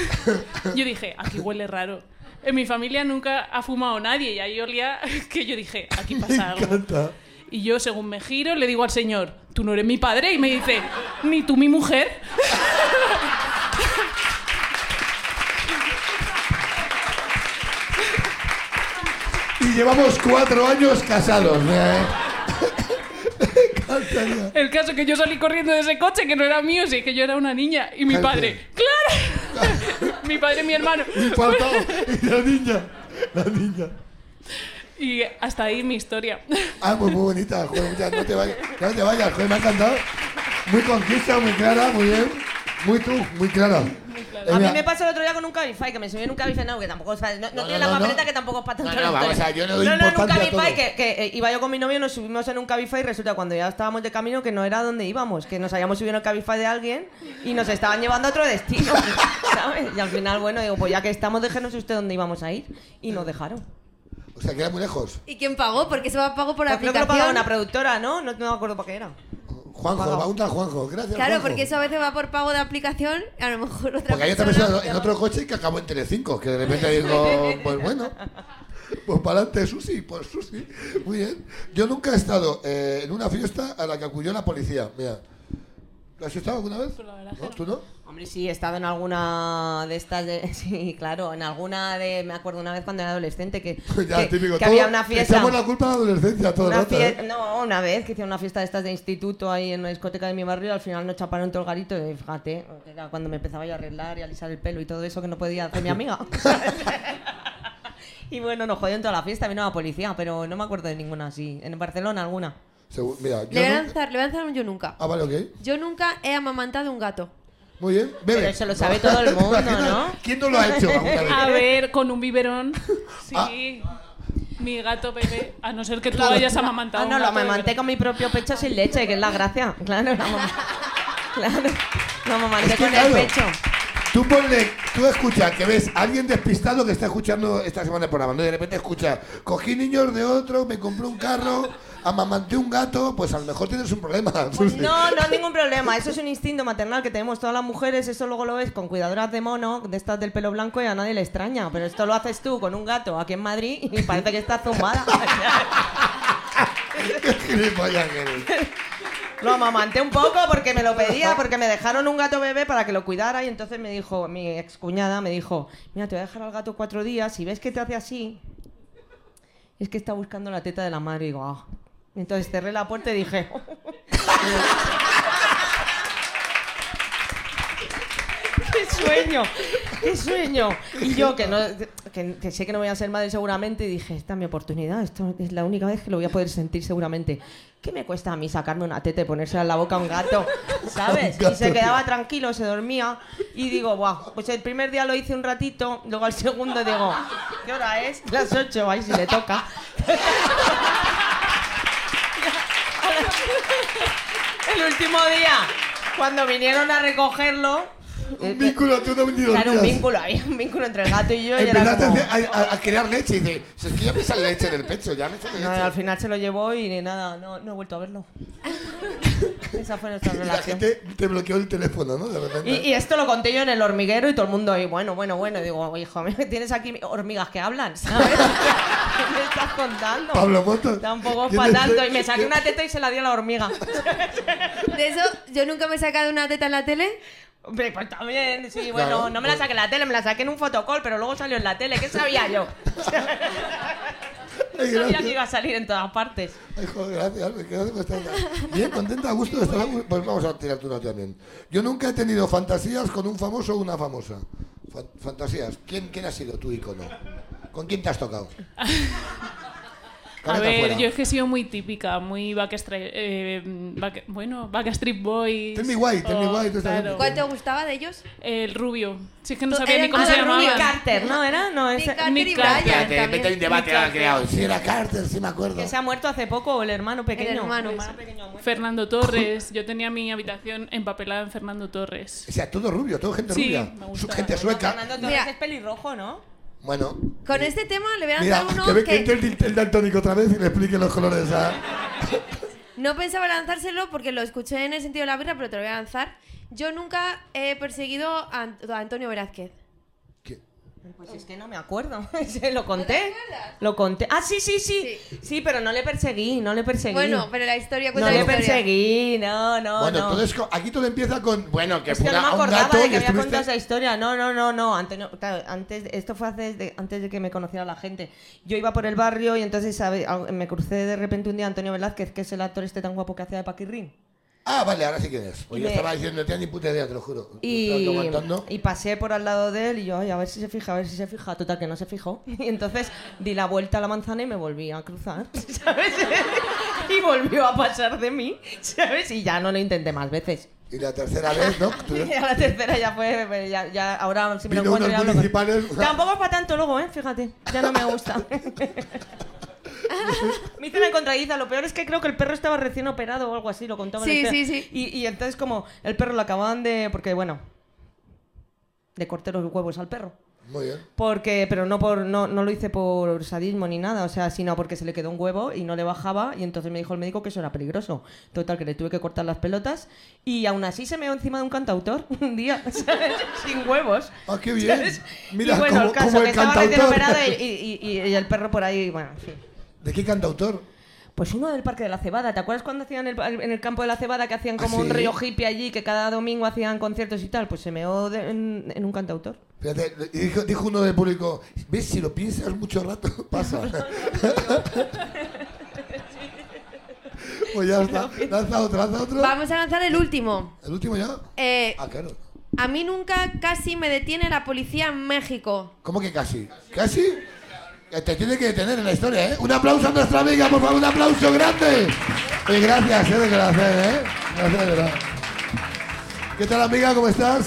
yo dije, aquí huele raro. En mi familia nunca ha fumado nadie y ahí olía [LAUGHS] que yo dije, aquí [LAUGHS] pasa algo. Canta. Y yo según me giro le digo al señor, tú no eres mi padre y me dice, ni tú mi mujer. Y llevamos cuatro años casados. ¿eh? El caso es que yo salí corriendo de ese coche que no era mío, sí que yo era una niña. Y mi Claro. padre, ¡claro! [LAUGHS] mi padre y mi hermano. Y [LAUGHS] faltaba. Y la niña. La niña. Y hasta ahí mi [LAUGHS] historia. Ah, pues muy bonita, joder, muchas- no te vayas, no te vayas, joder, me ha encantado. Muy concisa, muy clara, muy bien. Muy tú, muy clara. Eh, A mí mira, me pasó el otro día con un Cabify, que me subió en un Cabify, no, que tampoco es no, no No, tiene no, la no, papeleta no. que tampoco es para tanto. No, no, la vamos, historia. o sea, yo le doy No, no, en un importancia a Cabify, todo. que, que, eh, iba yo con mi novio, nos subimos en un Cabify y resulta cuando ya estábamos de camino que no era donde íbamos, que nos habíamos subido en el Cabify de alguien y nos estaban llevando a otro destino, [LAUGHS] ¿sabes? Y al final, bueno, digo, pues ya que estamos, déjenos usted dónde íbamos a ir. Y nos dejaron. O sea, que era muy lejos. ¿Y quién pagó? Porque se va pagó por Pues creo que lo pagaba aplicación. una productora, ¿no? No, no me acuerdo para qué era. Juanjo, va un tal Juanjo, gracias. Claro, Juanjo. porque eso a veces va por pago de aplicación, a lo mejor otra Porque hay otra persona- persona en otro coche que acabó en Telecinco, que de repente [LAUGHS] digo, pues bueno, pues para adelante Susi, pues Susi, muy bien. Yo nunca he estado eh, en una fiesta a la que acudió la policía, mira. ¿Lo has estado alguna vez? ¿No? ¿Tú no? Hombre, sí, he estado en alguna de estas. de- [LAUGHS] sí, claro, en alguna de. Me acuerdo una vez cuando era adolescente que. [LAUGHS] Pues Ya, que, típico. que todo- había una fiesta. Echamos la culpa a la adolescencia todo el una rato. ¿eh? fie- No, una vez que hicieron una fiesta de estas de instituto ahí en una discoteca de mi barrio, al final nos chaparon todo el garito. Y fíjate, era cuando me empezaba yo a arreglar y a alisar el pelo y todo eso que no podía hacer [LAUGHS] mi amiga. [LAUGHS] y bueno, nos jodieron toda la fiesta, vino la policía, pero no me acuerdo de ninguna así. En Barcelona, alguna. Segu- mira, yo Le voy a no- lanzar, le voy a lanzar un yo nunca. Ah, vale, ok. Yo nunca he amamantado un gato. Muy bien, bebe. Pero eso lo sabe todo [LAUGHS] el mundo, ¿no? ¿Quién no lo ha hecho? alguna vez? A ver, con un biberón. Ah. Sí. Mi gato bebé, a no ser que tú hayas amamantado. Ah, un no, lo gato amamanté con mi propio pecho sin leche, que es la gracia. Claro, lo amam- [LAUGHS] claro, lo amamanté Es que, con claro. el pecho. Tú ponle, tú escucha, que ves a alguien despistado que está escuchando esta semana el programa, ¿no? Y de repente escucha, cogí niños de otro, me compré un carro, amamanté un gato, pues a lo mejor tienes un problema. [LAUGHS] Susi. No, no, ningún problema. Eso es un instinto maternal que tenemos todas las mujeres. Eso luego lo ves con cuidadoras de mono, de estas del pelo blanco y a nadie le extraña. Pero esto lo haces tú con un gato aquí en Madrid y parece que estás zumbada. Qué [LAUGHS] gilipollas que eres. Lo amamanté un poco porque me lo pedía, porque me dejaron un gato bebé para que lo cuidara y entonces me dijo, mi excuñada me dijo, mira, te voy a dejar al gato cuatro días, si ves que te hace así, es que está buscando la teta de la madre. Y digo, ah. Entonces cerré la puerta y dije... ¡Qué sueño! ¡Qué sueño! Y yo, que, no, que, que sé que no voy a ser madre seguramente, dije, esta es mi oportunidad, esto es la única vez que lo voy a poder sentir seguramente. ¿Qué me cuesta a mí sacarme una teta y ponérsela en la boca a un gato? [LAUGHS] ¿Sabes? Y se quedaba tranquilo, se dormía. Y digo, guau, pues el primer día lo hice un ratito, luego al segundo digo, ¿qué hora es? Las 8, ahí si le toca. El último día, cuando vinieron a recogerlo... eh, Un vínculo, tú no me Claro, un vínculo, había un vínculo entre el gato y yo. y era Empezaste como- a, a- a crear leche y dices, si es que ya me sale leche en el pecho, ya me sale No, leche. al final se lo llevó y ni nada, no, no he vuelto a verlo. Esa fue nuestra Y la relación. gente te bloqueó el teléfono, ¿no? De repente. Y, y esto lo conté yo en el hormiguero y todo el mundo ahí, bueno, bueno, bueno. Digo, hijo, [LAUGHS] mío, tienes aquí hormigas que hablan, ¿sabes? [LAUGHS] ¿Qué me estás contando? Pablo Motos. Tampoco es ¿Quién para es tanto. el- Y me saqué una teta y se la dio a la hormiga. De eso, yo nunca me he sacado una teta en la tele. Hombre, pues también, sí, bueno, no me la saqué en la tele, me la saqué en un fotocall, pero luego salió en la tele, ¿qué [LAUGHS] sabía yo? sabía que iba a salir en todas partes. Hijo, gracias, me quedo con esta- Bien, contenta, a gusto de estar. Pues vamos a tirar tú una también. Yo nunca he tenido fantasías con un famoso o una famosa. Fan- fantasías. ¿Quién, ¿Quién ha sido tu icono? ¿Con quién te has tocado? A Cabeza ver, fuera. yo es que he sido muy típica, muy Backstreet, eh, back- bueno, Backstreet Boys. Tell me why, tell me o- why, tú estás Oh, claro. ¿Cuál te gustaba de ellos? El rubio. Si es que no Tú- sabía ni eran cómo se todos llamaba. Nick Carter, ¿no era? No, ese- Nick Nick Carter y Carter. Brian Espérate, también. Vete un debate ahora creado. Sí, era Carter, sí me acuerdo. Que se ha muerto hace poco, o el hermano pequeño. El hermano. Fernando Torres. Yo tenía mi habitación empapelada en Fernando Torres. O sea, todo rubio, todo gente Sí, rubia. me gusta. Su- Gente sueca. Fernando Torres Mira. es pelirrojo, ¿no? Bueno, Con este tema le voy a mira, lanzar uno que ve que que- entre el, el daltónico otra vez y le explique los colores a. No pensaba lanzárselo porque lo escuché en el sentido de la birra, pero te lo voy a lanzar. Yo nunca he perseguido a Ant- a Antonio Velázquez. Pues es que no me acuerdo. [LAUGHS] Se lo conté. lo conté. Ah, sí, sí, sí, sí. pero no le perseguí, no le perseguí. Bueno, pero la historia no cuenta le la historia. perseguí, no, no, bueno, no. entonces co- aquí todo empieza con. Bueno, que Es que fuera no me a un acordaba gato de y que había contado estuviste. esa historia. No, no, no, no. Antes, no, claro, antes esto fue hace de- antes de que me conociera la gente. Yo iba por el barrio y entonces ¿sabe? Al- me crucé de repente un día a Antonio Velázquez, que es el actor este tan guapo que hacía de Paquirrín. Ah, vale, ahora sí que es. Pues Y yo me- estaba diciendo, no tenía ni puta idea, te lo juro. Y, Estaba aguantando. y pasé por al lado de él y yo, ay, a ver si se fija, a ver si se fija. Total, que no se fijó. [LAUGHS] Y entonces di la vuelta a la manzana y me volví a cruzar, [LAUGHS] ¿sabes? y volvió a pasar de mí, [LAUGHS] ¿sabes? Y ya no lo intenté más veces. Y la tercera vez, [LAUGHS] ¿no? Tú- Y a la tercera ya fue, pues, ya, ya ahora si me lo Vino encuentro unos ya hablo con- municipales. Tampoco es para tanto luego, ¿eh? Fíjate, ya no me gusta. me hice una contradiza. Lo peor es que creo que el perro estaba recién operado o algo así, lo contaba. en Sí, el sí, tele. sí. Y, y entonces como el perro lo acababan de... Porque bueno, le corté los huevos al perro. Muy bien. Porque, pero no por, no, no lo hice por sadismo ni nada, o sea, sino porque se le quedó un huevo y no le bajaba, y entonces me dijo el médico que eso era peligroso. Total, que le tuve que cortar las pelotas, y aún así se meó encima de un cantautor [LAUGHS] un día, ¿sabes? Sin huevos. Ah, qué bien. [LAUGHS] ¿sabes? Mira, y bueno, como, el caso como el que estaba recién cantautor. operado y, y- y- y el perro por ahí, bueno, en fin. ¿De qué cantautor? Pues uno del Parque de la Cebada, ¿te acuerdas cuando hacían el, en el campo de la Cebada que hacían Ah, como un sí. río hippie allí, que cada domingo hacían conciertos y tal? Pues se meó de- en- en un cantautor. Fíjate, y dijo, dijo uno del público, ¿ves? Si lo piensas mucho rato, [LAUGHS] pasa. [LAUGHS] pues ya está. Lanza otro, lanza otro. Vamos a lanzar el último. ¿El último ya? Eh, Ah, claro. a mí nunca casi me detiene la policía en México. ¿Cómo que casi? ¿Casi? Que Te tiene que detener en la historia, ¿eh? Un aplauso a nuestra amiga, por favor, un aplauso grande. Y gracias, ¿eh? De corazón, ¿eh? Gracias, de verdad. ¿Qué tal, amiga? ¿Cómo estás?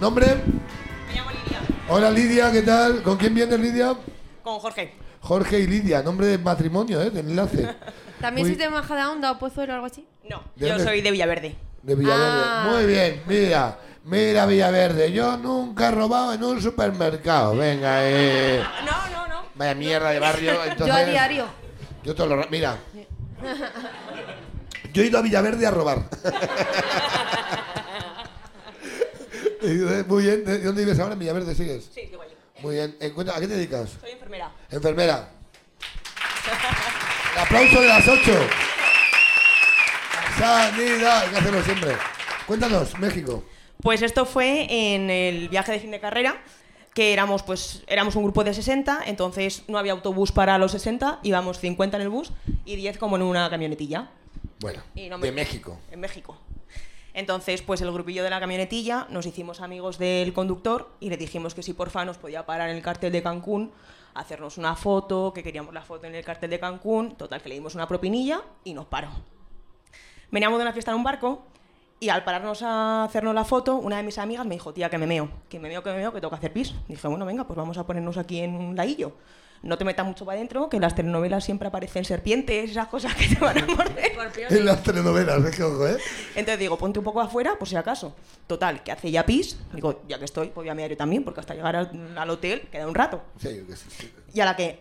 ¿Nombre? Me llamo Lidia. Hola, Lidia, ¿qué tal? ¿Con quién vienes, Lidia? Con Jorge. Jorge y Lidia, nombre de matrimonio, ¿eh? De enlace. ¿También Muy- sois de Majada Onda o Pozuelo o algo así? No, ¿De yo dónde? soy de Villaverde. De Villaverde. Ah. Muy bien, mira. Mira, Villaverde. Yo nunca he robado en un supermercado. Venga, eh. No, no, no. Vaya mierda de barrio. Yo entonces- a diario. Yo todo lo ra- Mira. Yo he ido a Villaverde a [LAUGHS] robar. Muy bien. ¿De dónde vives ahora? ¿En Villaverde sigues? Sí, digo allí. Muy bien. Eh, cuenta, ¿A qué te dedicas? Soy enfermera. Enfermera. El aplauso de las 8. [LAUGHS] Sanidad. Hay que hacerlo siempre. Cuéntanos, México. Pues esto fue en el viaje de fin de carrera, que éramos, pues, éramos un grupo de 60, entonces no había autobús para los 60, íbamos 50 en el bus y 10 como en una camionetilla. Bueno, Y no me- de México. En México. Entonces, pues el grupillo de la camionetilla nos hicimos amigos del conductor y le dijimos que si porfa nos podía parar en el cartel de Cancún, hacernos una foto, que queríamos la foto en el cartel de Cancún. Total, que le dimos una propinilla y nos paró. Veníamos de una fiesta en un barco y al pararnos a hacernos la foto, una de mis amigas me dijo, tía, que me meo, que me meo, que me meo, que tengo que hacer pis. Dije, bueno, venga, pues vamos a ponernos aquí en un laguillo. No te metas mucho para adentro, que en las telenovelas siempre aparecen serpientes, esas cosas que te van a morder. En las telenovelas, es que ojo, ¿eh? Entonces digo, ponte un poco afuera por si acaso. Total, que hace ya pis. Digo, ya que estoy, pues voy a mear yo también, porque hasta llegar al, al hotel queda un rato. Sí, yo qué sé, sí. Y a la que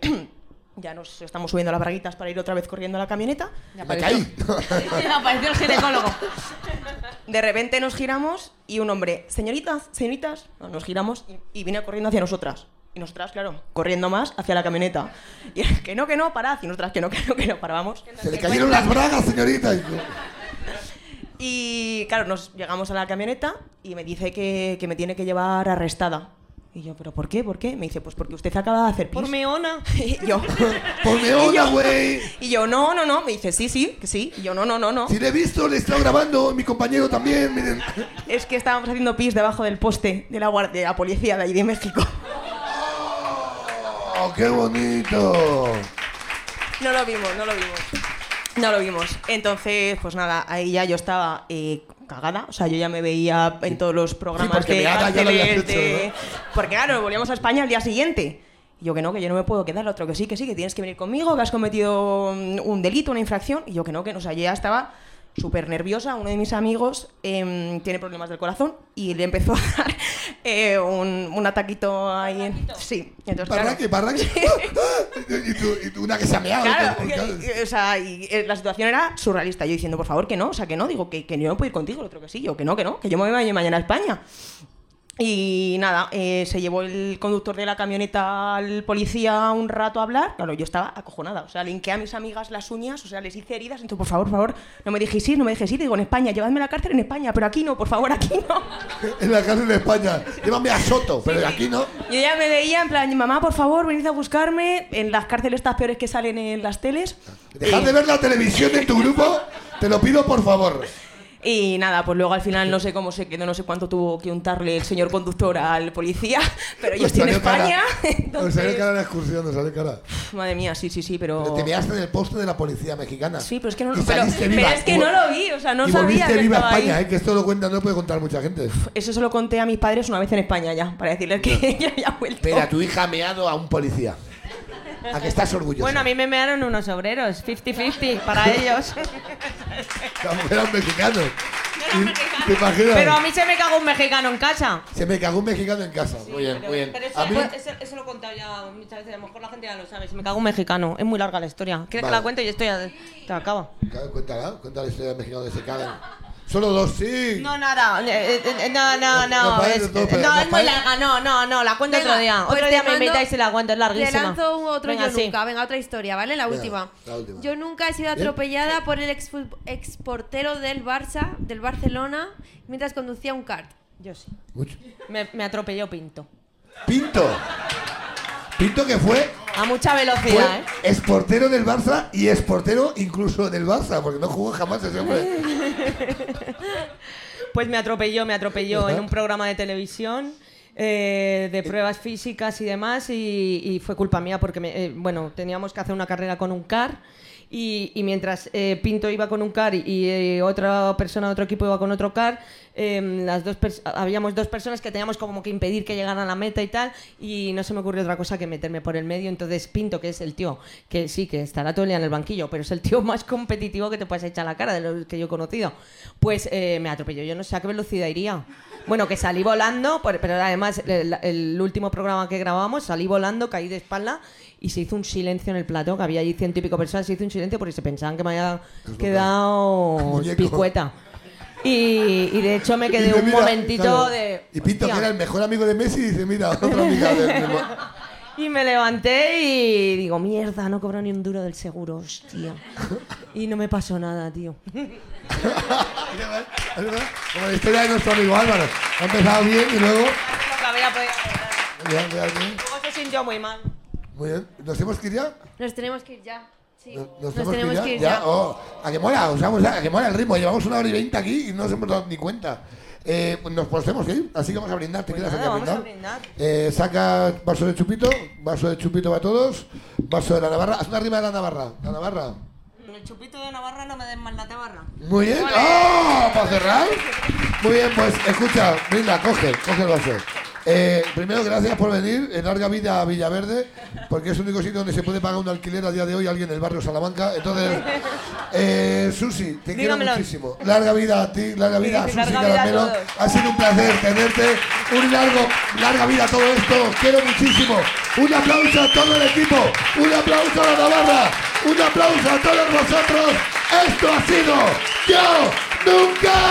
ya nos estamos subiendo las braguitas para ir otra vez corriendo a la camioneta, Me caí. [LAUGHS] [LAUGHS] Apareció el ginecólogo. de repente nos giramos y un hombre, señoritas, señoritas, no, nos giramos y, y viene corriendo hacia nosotras. Y nosotras, claro, corriendo más hacia la camioneta. Y [LAUGHS] el que no, que no, parad. Y nosotras, que no, que no, que no, parábamos. Se le cayeron las bragas, señorita. Y claro, nos llegamos a la camioneta y me dice que, que me tiene que llevar arrestada. Y yo, ¿pero por qué? ¿Por qué? Me dice, pues porque usted acaba de hacer pis. Por meona. [LAUGHS] Y yo. [LAUGHS] Por meona, güey. Y yo, no, no, no. Me dice, sí, sí, que sí. Y yo, no, no, no, no. Si le he visto, le he estado grabando, mi compañero también, miren. Es que estábamos haciendo pis debajo del poste de la, guar- de la policía de allí de México. Oh, qué bonito. No lo vimos, no lo vimos. No lo vimos. Entonces, pues nada, ahí ya yo estaba eh, cagada. O sea, yo ya me veía en todos los programas porque de meada ya lo habías carteles, hecho, de- ¿no? Porque claro, volvíamos a España al día siguiente. Y yo que no, que yo no me puedo quedar. Otro que sí, que sí, que tienes que venir conmigo, que has cometido mm, un delito, una infracción. Y yo que no, que no. O sea, yo ya estaba súper nerviosa. Uno de mis amigos em, tiene problemas del corazón y le empezó a [LAUGHS] dar eh, un, un ataquito ahí. en- Sí. Entonces, claro. Barraque, barraque. [LAUGHS] y, tú, y tú una que se ha meado. Claro, Claro, que- que- o sea, y, eh, la situación era surrealista. Yo diciendo, por favor, que no, o sea, que no, digo, que, que yo no puedo ir contigo, el otro que sí, yo que no, que no, que yo me voy mañana a España. Y nada, eh, se llevó el conductor de la camioneta al policía un rato a hablar. Claro, yo estaba acojonada. O sea, linqué a mis amigas las uñas, o sea, les hice heridas. Entonces, por favor, por favor, no me dejéis ir, no me dejéis ir. Digo, en España, llevadme a la cárcel en España, pero aquí no, por favor, aquí no. [LAUGHS] En la cárcel de España. Llévame a Soto, pero aquí no. Yo ya me veía en plan, mamá, por favor, venid a buscarme. En las cárceles estas peores que salen en las teles. Dejad de ver la televisión en tu grupo, te lo pido por favor. Y nada, pues luego al final no sé cómo se quedó, no sé cuánto tuvo que untarle el señor conductor al policía, [LAUGHS] pero yo Nos estoy en salió cara. España. Nos salió Entonces, cara la excursión, nos salió cara. madre mía, sí, sí, sí, pero... Pero te measte en el poste de la policía mexicana. Sí, pero es que no Y lo pero, saliste pero viva. es que Y no vol- lo vi, o sea, no y sabía volviste que viva a estaba España, ahí. eh, que esto lo cuenta, no lo puede contar mucha gente. Eso se lo conté a mis padres una vez en España ya, para decirles que [LAUGHS] ya había vuelto. Pero a tu hija ha meado a un policía. A que estás orgulloso. Bueno, a mí me mearon unos obreros, 50-50 [LAUGHS] para ellos. Eran mexicanos. Y- ¿Te imaginas? Pero a mí se me cagó un mexicano en casa. Se me cagó un mexicano en casa. muy bien, muy bien. A mí- lo he contado ya muchas veces, a lo mejor la gente ya lo sabe. Se me cagó un mexicano, es muy larga la historia. ¿Quieres Vale. que la cuente? Yo estoy a... Te acabo. Claro, Cuéntala, cuéntala la historia del mexicano que se cagan. Solo dos, sí. No, nada. eh, eh, eh, No, No, no, no, no. parece es- todo, pero No, no es muy parece. larga. No, no, no. La cuento otro Venga, día. pues Otro te día me mando- invitáis y la cuento. Es larguísima. Te lanzo un otro Venga, yo sí. nunca. Venga, otra historia, ¿vale? La Venga, última. la última. Yo nunca he sido Bien. atropellada por el ex exportero del Barça, del Barcelona, mientras conducía un kart. Yo sí. Mucho. Me, me atropelló Pinto. Pinto. Pinto que fue, A mucha fue velocidad, ¿eh? exportero del Barça y exportero incluso del Barça, porque no jugó jamás ese hombre. Pues me atropelló, me atropelló en un programa de televisión eh, de pruebas físicas y demás y, y fue culpa mía porque, me- eh, bueno, teníamos que hacer una carrera con un car y, y mientras eh, Pinto iba con un car y, eh, otra persona de otro equipo iba con otro car, eh, las dos pers- habíamos dos personas que teníamos como que impedir que llegaran a la meta y tal y no se me ocurrió otra cosa que meterme por el medio, entonces Pinto, que es el tío, que sí, que estará todo el día en el banquillo, pero es el tío [LAUGHS] más competitivo que te puedes echar a la cara de los que yo he conocido, pues eh, me atropelló, yo no sé a qué velocidad iría. Bueno, que salí volando, por- pero además el, el último programa que grabamos salí volando, caí de espalda y se hizo un silencio en el plató, que había allí ciento y pico personas, se hizo un silencio porque se pensaban que me había quedado Muñeco. picueta. Y, y de hecho me quedé Y dice, un "Mira", momentito claro. de... Y Pinto, que hostia. era el mejor amigo de Messi, dice, mira, otro amigo [LAUGHS] de, de- Y me levanté y digo, mierda, no cobro ni un duro del seguro, hostia. Y no me pasó nada, [LAUGHS] tío. Como la historia de nuestro amigo Álvaro. Ha empezado bien y luego... Ya, ya, ya. Luego se sintió muy mal. Muy bien. ¿Nos hemos que ir ya? Nos tenemos que ir ya. Sí. ¿Nos, Nos tenemos que ir ya. Oh, a que mola, o sea, o sea, a que mola el ritmo. Llevamos una hora y veinte aquí y no nos hemos dado ni cuenta. Eh, nos podemos ir, así que vamos a brindar. ¿Te Pues quedas aquí a brindar? Eh, saca vaso de chupito, vaso de chupito para todos, vaso de la Navarra. Haz una rima de la Navarra. La Navarra. El chupito de Navarra no me den mal la tabarra. Muy bien. ¡Oh! ¿Para cerrar? Muy bien, pues escucha, brinda, coge, coge el vaso. Eh, primero, gracias por venir. En larga vida a Villaverde, porque es el único sitio donde se puede pagar un alquiler a día de hoy a alguien del barrio Salamanca. Entonces, [LAUGHS] eh, Susi, te Dígamelo. quiero muchísimo. Larga vida a ti, larga vida a Sí, Susi larga vida a Caramelo. todos. Ha sido un placer tenerte. Un largo, larga vida a todo esto. Os quiero muchísimo. Un aplauso a todo el equipo. Un aplauso a la Navarra. Un aplauso a todos vosotros. Esto ha sido Yo Nunca.